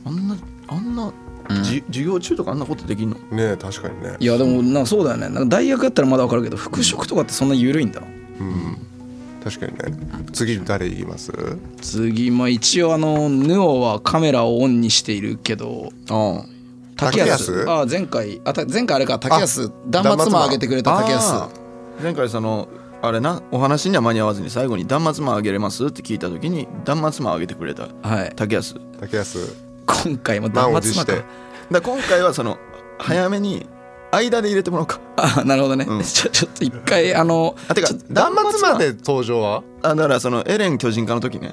[SPEAKER 3] た
[SPEAKER 2] あんなあんな、
[SPEAKER 3] うん
[SPEAKER 2] じ授業中とかあんなことできんの
[SPEAKER 4] ねえ、確かにね。
[SPEAKER 3] いやでもなんかそうだよねなんか大学だったらまだ分かるけど服飾とかってそんな緩いんだな
[SPEAKER 4] うん。確かにね。次誰言います？
[SPEAKER 3] 次まあ一応あのヌオはカメラをオンにしているけど
[SPEAKER 2] あ
[SPEAKER 3] 竹
[SPEAKER 4] 竹
[SPEAKER 3] 安
[SPEAKER 4] 安
[SPEAKER 3] ああ前回あた前回あれか竹安断末魔あげてくれた
[SPEAKER 2] あ
[SPEAKER 3] 竹
[SPEAKER 2] あ
[SPEAKER 3] 安
[SPEAKER 2] ー前回そのあれなお話には間に合わずに最後に「断末魔あげれます?」って聞いた時に断末魔あげてくれた
[SPEAKER 3] はい
[SPEAKER 2] 竹安だか
[SPEAKER 4] 竹安。
[SPEAKER 3] 今回も
[SPEAKER 4] 満を
[SPEAKER 3] 断
[SPEAKER 4] 持
[SPEAKER 3] 末
[SPEAKER 4] し
[SPEAKER 3] 魔
[SPEAKER 4] て
[SPEAKER 3] から
[SPEAKER 2] 今回はその早めに間で入れてもらおうか
[SPEAKER 3] あなるほどね、
[SPEAKER 2] うん
[SPEAKER 3] ちょ ちょっと一回あの
[SPEAKER 2] あてか
[SPEAKER 3] ちょっと
[SPEAKER 4] 断末魔で登場は？
[SPEAKER 2] あだからそのエレン巨人化の時 ね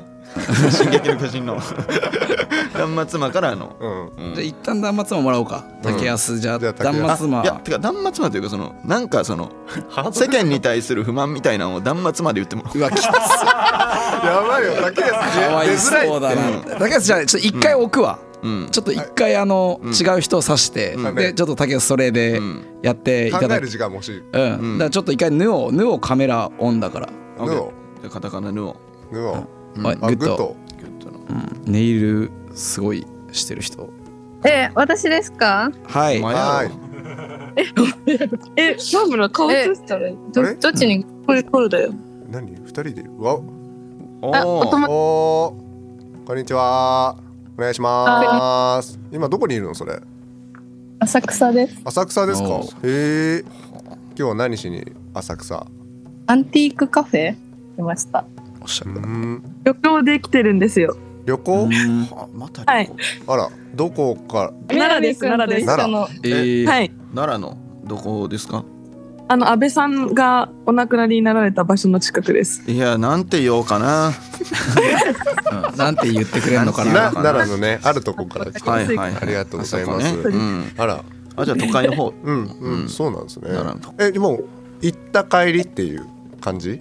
[SPEAKER 2] 進撃の巨人の 断末魔からあの
[SPEAKER 4] うん。
[SPEAKER 2] うん
[SPEAKER 3] じゃあ一旦断末魔もらおうか竹安、じゃあ
[SPEAKER 4] じゃあ竹安
[SPEAKER 3] 断末魔
[SPEAKER 2] いやてか断末魔というかそのなんかその世間に対する不満みたいなのを断末魔で言ってもらおう
[SPEAKER 3] うわきつ
[SPEAKER 4] やばいよ、竹安。
[SPEAKER 3] かわい
[SPEAKER 4] 出づ
[SPEAKER 3] そうだな竹安じゃあちょっと一回置くわ、
[SPEAKER 2] うん
[SPEAKER 3] ちょっと一回あの、違う人を指して、
[SPEAKER 4] ん
[SPEAKER 3] でちょっと竹安それで
[SPEAKER 2] ん
[SPEAKER 3] やってい
[SPEAKER 4] らい
[SPEAKER 3] た
[SPEAKER 4] 考え
[SPEAKER 3] だ
[SPEAKER 4] る
[SPEAKER 3] く、
[SPEAKER 4] 時間も欲しい。
[SPEAKER 3] うんだからちょっと一回ヌオヌオカメラオンだから、
[SPEAKER 4] ヌオ
[SPEAKER 2] OK じゃあカタカナヌオ
[SPEAKER 4] ヌオ。
[SPEAKER 3] おい
[SPEAKER 4] あ、
[SPEAKER 3] グッ
[SPEAKER 4] グッ
[SPEAKER 3] ド
[SPEAKER 4] ド。
[SPEAKER 2] グッドの
[SPEAKER 3] うんネイルすごいしてる人
[SPEAKER 6] え、私ですか
[SPEAKER 3] はい
[SPEAKER 2] お前
[SPEAKER 4] は
[SPEAKER 2] や
[SPEAKER 4] い
[SPEAKER 2] ろ。
[SPEAKER 7] え、マブラ顔
[SPEAKER 6] え
[SPEAKER 7] 映したらいい
[SPEAKER 4] あ
[SPEAKER 7] ど
[SPEAKER 4] れ
[SPEAKER 7] どっちにこれ撮るだよ。
[SPEAKER 4] 何？二人で。わ。
[SPEAKER 2] お
[SPEAKER 6] あお
[SPEAKER 2] ー
[SPEAKER 6] 友
[SPEAKER 4] おお。こんにちは。お願いします。今どこにいるのそれ？
[SPEAKER 7] 浅草です。
[SPEAKER 4] 浅草ですか
[SPEAKER 3] おう
[SPEAKER 4] へえ今日は何しに浅草
[SPEAKER 7] アンティークカフェ来ました。
[SPEAKER 3] おっしゃ
[SPEAKER 4] う
[SPEAKER 3] る
[SPEAKER 4] ん
[SPEAKER 7] 旅行で来てるんですよ。
[SPEAKER 4] 旅行
[SPEAKER 2] あまた
[SPEAKER 7] は
[SPEAKER 2] 旅
[SPEAKER 7] い
[SPEAKER 2] 行
[SPEAKER 4] あらどこか
[SPEAKER 7] 奈良です、奈良です。
[SPEAKER 4] 奈
[SPEAKER 7] あの、
[SPEAKER 3] えー
[SPEAKER 7] はい。
[SPEAKER 2] 奈良のどこですか
[SPEAKER 7] あの、安倍さんがお亡くなりになられた場所の近くです。
[SPEAKER 2] いやなんて言おうかな
[SPEAKER 3] うんなんて言ってくれるのかな
[SPEAKER 4] な奈良のねあるとこから来た
[SPEAKER 2] はいはい
[SPEAKER 4] ありがとうございます
[SPEAKER 2] あそこねうん
[SPEAKER 4] あら
[SPEAKER 2] あじゃあ都会の方
[SPEAKER 4] うんう
[SPEAKER 2] うん
[SPEAKER 4] んそうなんですね
[SPEAKER 2] 奈良のとこ
[SPEAKER 4] えでも行った帰りっていう感じ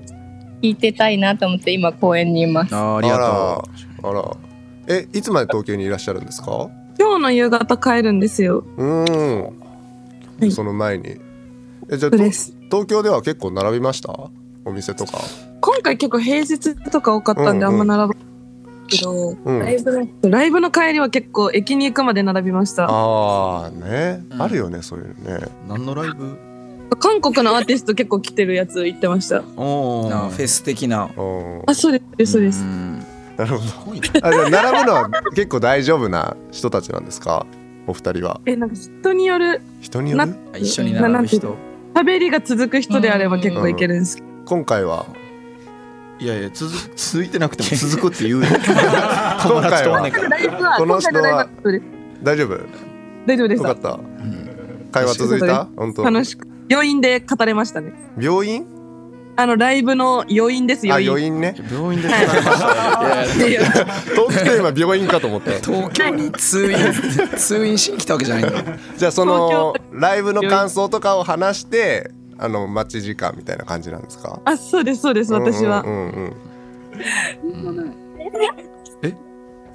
[SPEAKER 6] 聞いてたいなと思って今公園にいます。
[SPEAKER 3] あーあ
[SPEAKER 4] あ
[SPEAKER 3] りが
[SPEAKER 4] らあらえいつまで東京にいらっしゃるんですか
[SPEAKER 7] 今日の夕方帰るんですよ。
[SPEAKER 4] うー
[SPEAKER 7] は
[SPEAKER 4] ん
[SPEAKER 7] い
[SPEAKER 4] その前にえじゃあ
[SPEAKER 7] そう
[SPEAKER 4] と
[SPEAKER 7] です。
[SPEAKER 4] 東京では結構並びましたお店とか
[SPEAKER 7] 今回結構平日とか多かったんで、
[SPEAKER 4] うんうん
[SPEAKER 7] あんま並ばないけど、
[SPEAKER 4] うん
[SPEAKER 6] ライブの
[SPEAKER 7] ライブの帰りは結構駅に行くまで並びました。
[SPEAKER 4] ああねあるよねそういうのね
[SPEAKER 2] 何のライブ
[SPEAKER 7] 韓国のアーティスト結構来てるやつ行ってました。
[SPEAKER 2] お
[SPEAKER 3] とう
[SPEAKER 2] ー
[SPEAKER 3] あーフェス的な
[SPEAKER 4] うん
[SPEAKER 7] あ、そうです、そうです。
[SPEAKER 3] ん
[SPEAKER 4] なるほ
[SPEAKER 2] すごいね
[SPEAKER 4] ど。あじゃあ並ぶのは結構大丈夫な人たちなんですか。お二人は。
[SPEAKER 7] え、なんか人による
[SPEAKER 4] 人による
[SPEAKER 7] な。
[SPEAKER 3] 一緒に並ぶ人
[SPEAKER 7] 喋りが続く人であれば結構いけるんですけど、
[SPEAKER 4] 今回は
[SPEAKER 2] いやいや続続いてなくても続くって言うよ友達とおんねんから
[SPEAKER 7] 大丈夫は
[SPEAKER 4] この人は
[SPEAKER 7] 今回の大丈夫です
[SPEAKER 4] 大丈夫
[SPEAKER 7] 大丈夫で
[SPEAKER 4] よ
[SPEAKER 7] し
[SPEAKER 4] か
[SPEAKER 7] た
[SPEAKER 4] った、会話続いた本当
[SPEAKER 7] 楽しく余韻で語れましたね
[SPEAKER 4] 病院
[SPEAKER 7] あのライブの余韻です
[SPEAKER 4] あ
[SPEAKER 7] 余韻
[SPEAKER 4] 余韻ね
[SPEAKER 2] 病院で疲 れましたね
[SPEAKER 4] トークテーマ病院かと思 った
[SPEAKER 3] 東京に通院通院しに来たわけじゃないんだ
[SPEAKER 4] じゃあそのライブの感想とかを話してあの待ち時間みたいな感じなんですか
[SPEAKER 7] あそうですそうです私は、
[SPEAKER 4] うんうんうん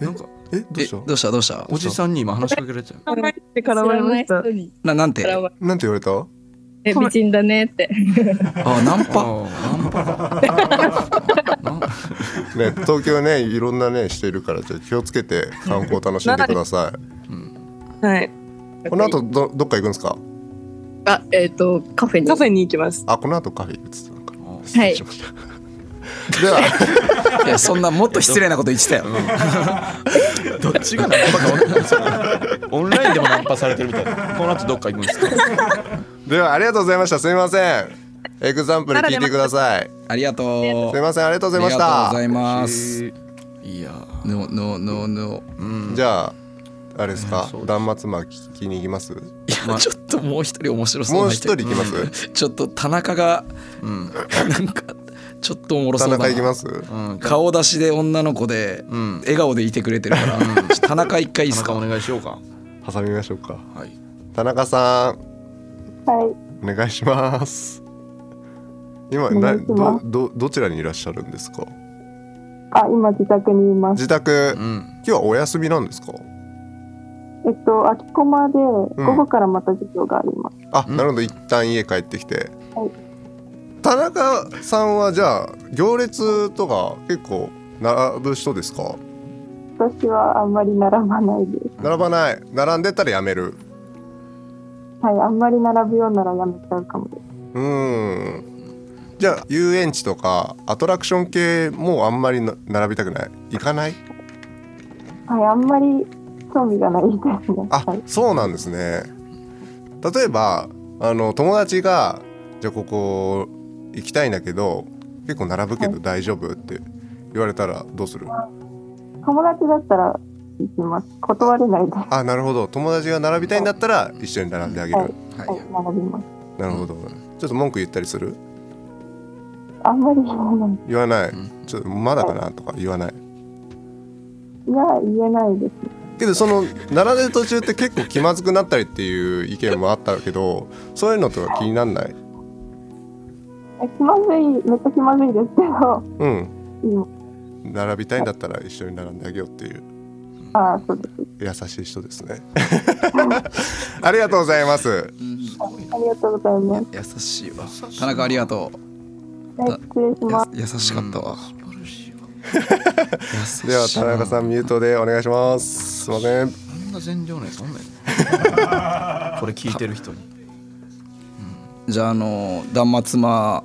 [SPEAKER 2] なんか
[SPEAKER 4] えどう
[SPEAKER 3] え
[SPEAKER 4] した
[SPEAKER 3] どうしたどうした
[SPEAKER 2] おじさんに今話しかけられてたよ
[SPEAKER 7] 考えて絡まれまし
[SPEAKER 6] 知ら
[SPEAKER 7] た
[SPEAKER 6] ない人に
[SPEAKER 3] ななんて
[SPEAKER 6] 絡まれ
[SPEAKER 4] なんて言われた
[SPEAKER 6] え美人だねって
[SPEAKER 3] あナンパ
[SPEAKER 2] あナンパかナンパ
[SPEAKER 4] ね東京ねいろんなねしているからじゃあ気をつけて観光楽しんでください
[SPEAKER 7] はい
[SPEAKER 4] この後どどっか行くんですか
[SPEAKER 6] あえっ、とカフェに
[SPEAKER 7] カフェに行きます
[SPEAKER 4] あこの後カフェ行くっつってたのか
[SPEAKER 2] あ
[SPEAKER 4] 失礼しましたではい
[SPEAKER 3] やそんなもっと失礼なこと言ってたよ
[SPEAKER 2] どっちがナンパか分かんないオンラインでもナンパされてるみたいなこの後どっか行くんですか
[SPEAKER 4] ではありがとうございましたすみませんエグザンプル聞いてください
[SPEAKER 3] ありがとう
[SPEAKER 4] すみませんありがとうございまし
[SPEAKER 3] ありがとうござい
[SPEAKER 4] た
[SPEAKER 3] ます
[SPEAKER 2] いやー
[SPEAKER 3] のののの
[SPEAKER 4] じゃああれですか断末魔聞きに行きますも
[SPEAKER 3] いやちょっともう一人面白そう
[SPEAKER 4] う
[SPEAKER 3] な
[SPEAKER 4] 一
[SPEAKER 3] 人
[SPEAKER 4] 人行きます
[SPEAKER 3] ちょっと田中がなんかちょっとおもろ
[SPEAKER 4] 田
[SPEAKER 3] そうだ
[SPEAKER 4] 中行き
[SPEAKER 3] な
[SPEAKER 4] ます
[SPEAKER 2] うん
[SPEAKER 3] 顔出しで女の子で
[SPEAKER 2] うん
[SPEAKER 3] 笑顔でいてくれてるから田中一回いいっ
[SPEAKER 2] 田
[SPEAKER 3] す
[SPEAKER 2] 中お
[SPEAKER 3] か
[SPEAKER 2] 願いしようか
[SPEAKER 4] 挟みましょうか
[SPEAKER 2] はい
[SPEAKER 4] 田中さん
[SPEAKER 8] はい、
[SPEAKER 4] お願いします今などどどちらにいらっしゃるんですか
[SPEAKER 8] あ今自宅にいます
[SPEAKER 4] 自宅
[SPEAKER 2] うん
[SPEAKER 4] 今日はお休みなんですか
[SPEAKER 8] えっと秋駒で午後からまた授業があります、
[SPEAKER 4] あ、なるほど一旦家帰ってきて、
[SPEAKER 8] はい
[SPEAKER 4] 田中さんはじゃあ行列とか結構並ぶ人ですか
[SPEAKER 8] 私はあんまり並ばないです
[SPEAKER 4] 並ばない並んでたらやめる
[SPEAKER 8] はいあんまり並ぶようならやめちゃうかもです
[SPEAKER 4] うーんじゃあ遊園地とかアトラクション系もうあんまりな並びたくない行かない
[SPEAKER 8] はいあんまり興味がないですね
[SPEAKER 4] あ、
[SPEAKER 8] はい
[SPEAKER 4] そうなんですね例えばあの友達がじゃあここ行きたいんだけど結構並ぶけど大丈夫って言われたらどうする
[SPEAKER 8] 友達だったら行きます断れないですは
[SPEAKER 4] あなるほど友達が並びたいんだったら一緒に並んであげる、
[SPEAKER 8] はいい並びます
[SPEAKER 4] なるほどちょっと文句言ったりする
[SPEAKER 8] あんまり言わない
[SPEAKER 4] 言わない、ちょっとまだかなとか言わない
[SPEAKER 8] いや言えないです
[SPEAKER 4] けどその並んでる途中って結構気まずくなったりっていう意見もあったけどそういうのとか気になんない
[SPEAKER 8] え気まずいめっちゃ気まずいですけど
[SPEAKER 4] うん
[SPEAKER 8] 今
[SPEAKER 4] 並びたいんだったら一緒に並んであげようっていう
[SPEAKER 8] あそうです
[SPEAKER 4] 優しい人ですね ありがとうございます
[SPEAKER 8] ありがとうございます
[SPEAKER 3] 優しいわ田中ありがと
[SPEAKER 8] はい失礼し
[SPEAKER 3] う
[SPEAKER 8] ます
[SPEAKER 3] や優しかったわ優
[SPEAKER 4] では
[SPEAKER 3] しい
[SPEAKER 4] 田中さんミュートでお願いしますすいません
[SPEAKER 2] こんな全量のやつおんねんこれ聞いてる人に
[SPEAKER 3] じゃああの断末魔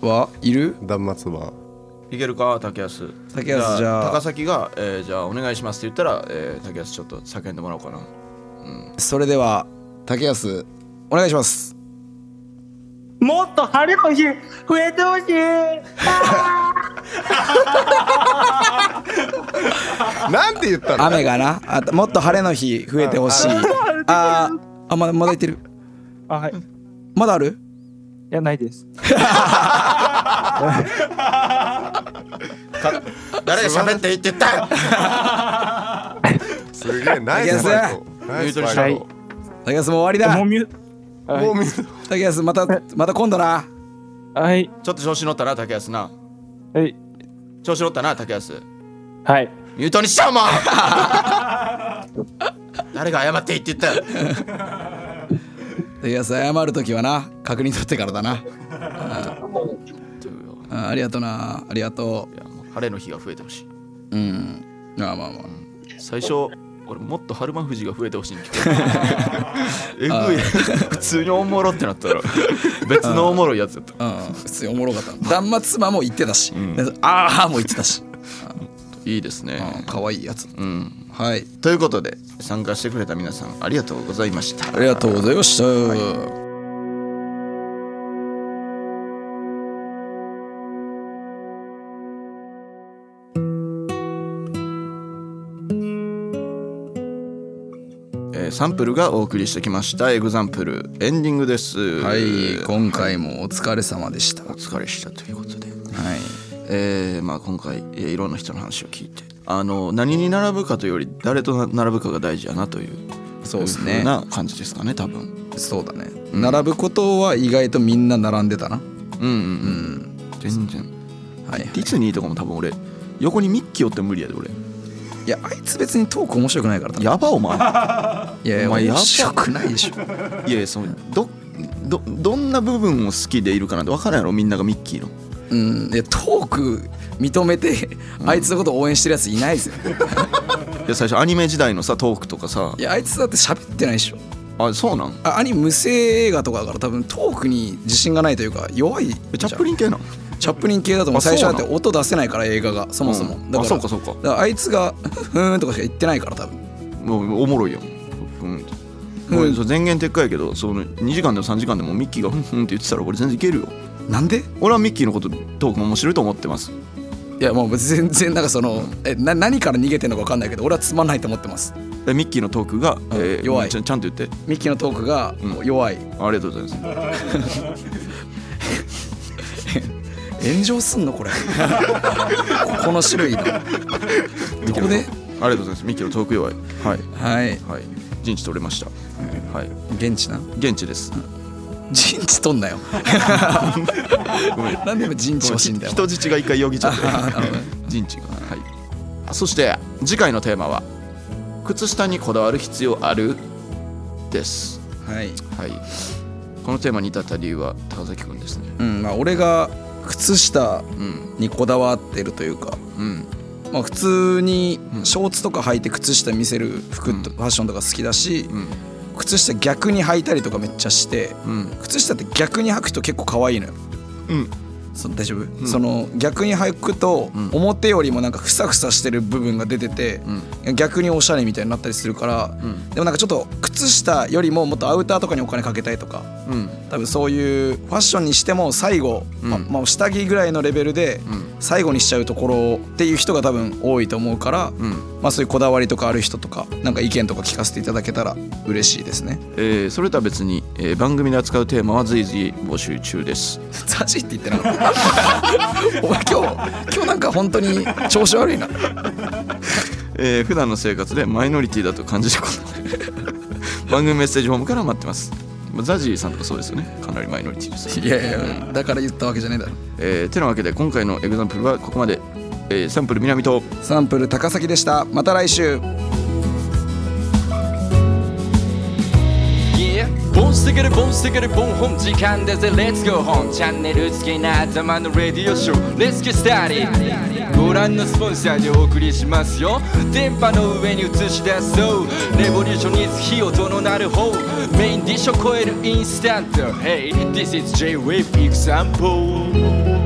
[SPEAKER 3] はいる
[SPEAKER 4] 断末魔
[SPEAKER 2] いけるか竹安
[SPEAKER 3] 竹安じゃあ
[SPEAKER 2] 高崎が、えーじゃあお願いしますって言ったら、えー竹安ちょっと叫んでもらおうかな
[SPEAKER 3] それでは竹安お願いします
[SPEAKER 9] もっと晴れの日増えてほしい
[SPEAKER 4] なんて言ったの
[SPEAKER 3] 雨がなあもっと晴れの日増えてほしいあーあまだまだいってる
[SPEAKER 9] あはいい
[SPEAKER 3] まだある
[SPEAKER 9] やないです
[SPEAKER 2] 誰が喋っていいって言ったよ
[SPEAKER 4] すげえナイスファイトナイスファイト
[SPEAKER 3] 竹安もう終わりだ
[SPEAKER 9] もうミュ
[SPEAKER 4] もう見
[SPEAKER 3] 竹安またまた今度な
[SPEAKER 9] はい
[SPEAKER 2] ちょっと調子乗ったな竹安な
[SPEAKER 9] はい
[SPEAKER 2] 調子乗ったな竹安
[SPEAKER 9] はい
[SPEAKER 2] ミュートにしちゃうもん 誰が謝っていいって言ったよ
[SPEAKER 3] 竹安謝るときはな確認取ってからだなあーありがとうなありがと
[SPEAKER 2] いやもう晴れの日が増えてほしいう
[SPEAKER 3] うんまあまあまあ
[SPEAKER 2] 最初俺もっと春馬富士が増えてほしいんだけど えぐい普通におもろってなったら別のおもろいやつやった
[SPEAKER 3] うん、普通におもろかった断末魔も言ってたし、ああも言ってたし、
[SPEAKER 2] いいです
[SPEAKER 3] う
[SPEAKER 2] ね
[SPEAKER 3] ん、かわいいやつ
[SPEAKER 2] うん
[SPEAKER 3] はい
[SPEAKER 2] ということで参加してくれた皆さんありがとうございました
[SPEAKER 3] ありがとうございました、
[SPEAKER 2] えーサンプルがお送りしてきましたエグザンプルエンディングです
[SPEAKER 3] はい今回もお疲れ様でしたは
[SPEAKER 2] お疲れしたということで
[SPEAKER 3] い
[SPEAKER 2] えーまあ、今回、えーいろんな人の話を聞いてあの何に並ぶかというより誰とな並ぶかが大事やなという
[SPEAKER 3] そうです
[SPEAKER 2] ふ
[SPEAKER 3] ね
[SPEAKER 2] な感じですかね多分
[SPEAKER 3] そうだね並ぶことは意外とみんな並んでたな
[SPEAKER 2] うんうん
[SPEAKER 3] う
[SPEAKER 2] うん
[SPEAKER 3] ん
[SPEAKER 2] 全然
[SPEAKER 3] はいはい
[SPEAKER 2] ディズニーとかも多分俺横にミッキーおっても無理やで俺
[SPEAKER 3] いやあいつ別にトーク面白くないからな
[SPEAKER 2] やば お前いや
[SPEAKER 3] いやいや
[SPEAKER 2] お前や
[SPEAKER 3] 面
[SPEAKER 2] ば
[SPEAKER 3] 白くないでしょ
[SPEAKER 2] いやそのどどどんな部分を好きでいるかなんて分からんやろみんながミッキーの
[SPEAKER 3] うんいやトーク認めてあいつのこと応援してるやついないですよ
[SPEAKER 2] いや最初アニメ時代のさトークとかさ
[SPEAKER 3] いやあいつだって喋ってないでしょ
[SPEAKER 2] あそうなん
[SPEAKER 3] あアニメ無声映画とかだから多分トークに自信がないというか弱いじゃん
[SPEAKER 2] チャップリン系なん
[SPEAKER 3] チャップリン系だと思
[SPEAKER 2] あ
[SPEAKER 3] う
[SPEAKER 2] そう
[SPEAKER 3] 最
[SPEAKER 2] な
[SPEAKER 3] 初
[SPEAKER 2] の
[SPEAKER 3] だって音出せないから映画がそもそも、
[SPEAKER 2] うん
[SPEAKER 3] だ
[SPEAKER 2] あ
[SPEAKER 3] から
[SPEAKER 2] そうかそうか
[SPEAKER 3] だらあいつが「ふーん」とかしか言ってないから多分
[SPEAKER 2] もうおもろいようんもうそう前言撤回やけどその2時間でも3時間でもミッキーが「ふんふん」って言ってたら俺全然いけるよ
[SPEAKER 3] なんで
[SPEAKER 2] 俺はミッキーのことトークも面白いと思ってます
[SPEAKER 3] いやもう全然なんかそのえな何から逃げてんのか分かんないけど俺はつまんないと思ってます
[SPEAKER 2] でミッキーのトークが、えー
[SPEAKER 3] 弱い
[SPEAKER 2] ちゃんちゃんと言って
[SPEAKER 3] ミッキーのトークが
[SPEAKER 2] ん
[SPEAKER 3] もう弱い、
[SPEAKER 2] ありがとうございます
[SPEAKER 3] 炎上すんの これここの種類のここで
[SPEAKER 2] ありがとうございますミッキーのトーク弱いはい
[SPEAKER 3] はい
[SPEAKER 2] はい陣地取れましたはい
[SPEAKER 3] 現地な
[SPEAKER 2] 現地です
[SPEAKER 3] 陣地取ん なよなんで今陣地欲しいんだよ
[SPEAKER 2] 人質が一回よぎちゃって
[SPEAKER 3] あなるほど
[SPEAKER 2] 陣地がはいあそして次回のテーマは「靴下にこだわる必要ある?」です
[SPEAKER 3] はい
[SPEAKER 2] はいこのテーマに至った理由は高崎くんですね
[SPEAKER 3] うんまあ俺が靴下
[SPEAKER 2] うん
[SPEAKER 3] にこだわってるというか
[SPEAKER 2] うん
[SPEAKER 3] まあ、普通に
[SPEAKER 2] うん
[SPEAKER 3] ショーツとか履いて靴下見せる服と
[SPEAKER 2] うん
[SPEAKER 3] ファッションとか好きだし、
[SPEAKER 2] うん
[SPEAKER 3] 靴下逆に履いたりとかめっちゃして、
[SPEAKER 2] うん
[SPEAKER 3] 靴下って逆に履くと結構可愛いのよ。
[SPEAKER 2] うん
[SPEAKER 3] そ大丈夫、
[SPEAKER 2] ん
[SPEAKER 3] その逆に履くと
[SPEAKER 2] うん
[SPEAKER 3] 表よりもなんかふさふさしてる部分が出てて、逆におしゃれみたいになったりするから、
[SPEAKER 2] うん
[SPEAKER 3] でもなんかちょっと靴下よりももっとアウターとかにお金かけたいとか
[SPEAKER 2] うん
[SPEAKER 3] 多分そういうファッションにしても最後、
[SPEAKER 2] うん
[SPEAKER 3] まあまあ下着ぐらいのレベルで
[SPEAKER 2] ん
[SPEAKER 3] 最後にしちゃうところっていう人が多分多いと思うから、
[SPEAKER 2] うん
[SPEAKER 3] まあ、そういうこだわりとかある人とかなんか意見とか聞かせていただけたら嬉しいですね。
[SPEAKER 2] えーそれとは別に、えー番組で扱うテーマは随時募集中です
[SPEAKER 3] ザジって言ってなかった お前今日今日なんか本当に調子悪いな
[SPEAKER 2] えー普段の生活でマイノリティだと感じること番組メッセージフォームから待ってますまあザジーさんとかそうですよねかなりマイノリティです
[SPEAKER 3] いやいやだから言ったわけじゃねえだろ
[SPEAKER 2] えーてなわけで今回のエグザンプルはここまで、えーサンプル南と
[SPEAKER 3] サンプル高崎でしたまた来週
[SPEAKER 10] Yeah ボンしてけるボンしてけるボンホン時間だぜ Let's go home チャンネル付けな頭のレディオショー Let's get started ご覧のスポンサーでお送りしますよ電波の上に映し出そうレボリューション is 火音のなる方メインディッシュを超えるインスタント
[SPEAKER 1] Hey, this is J-Wave example.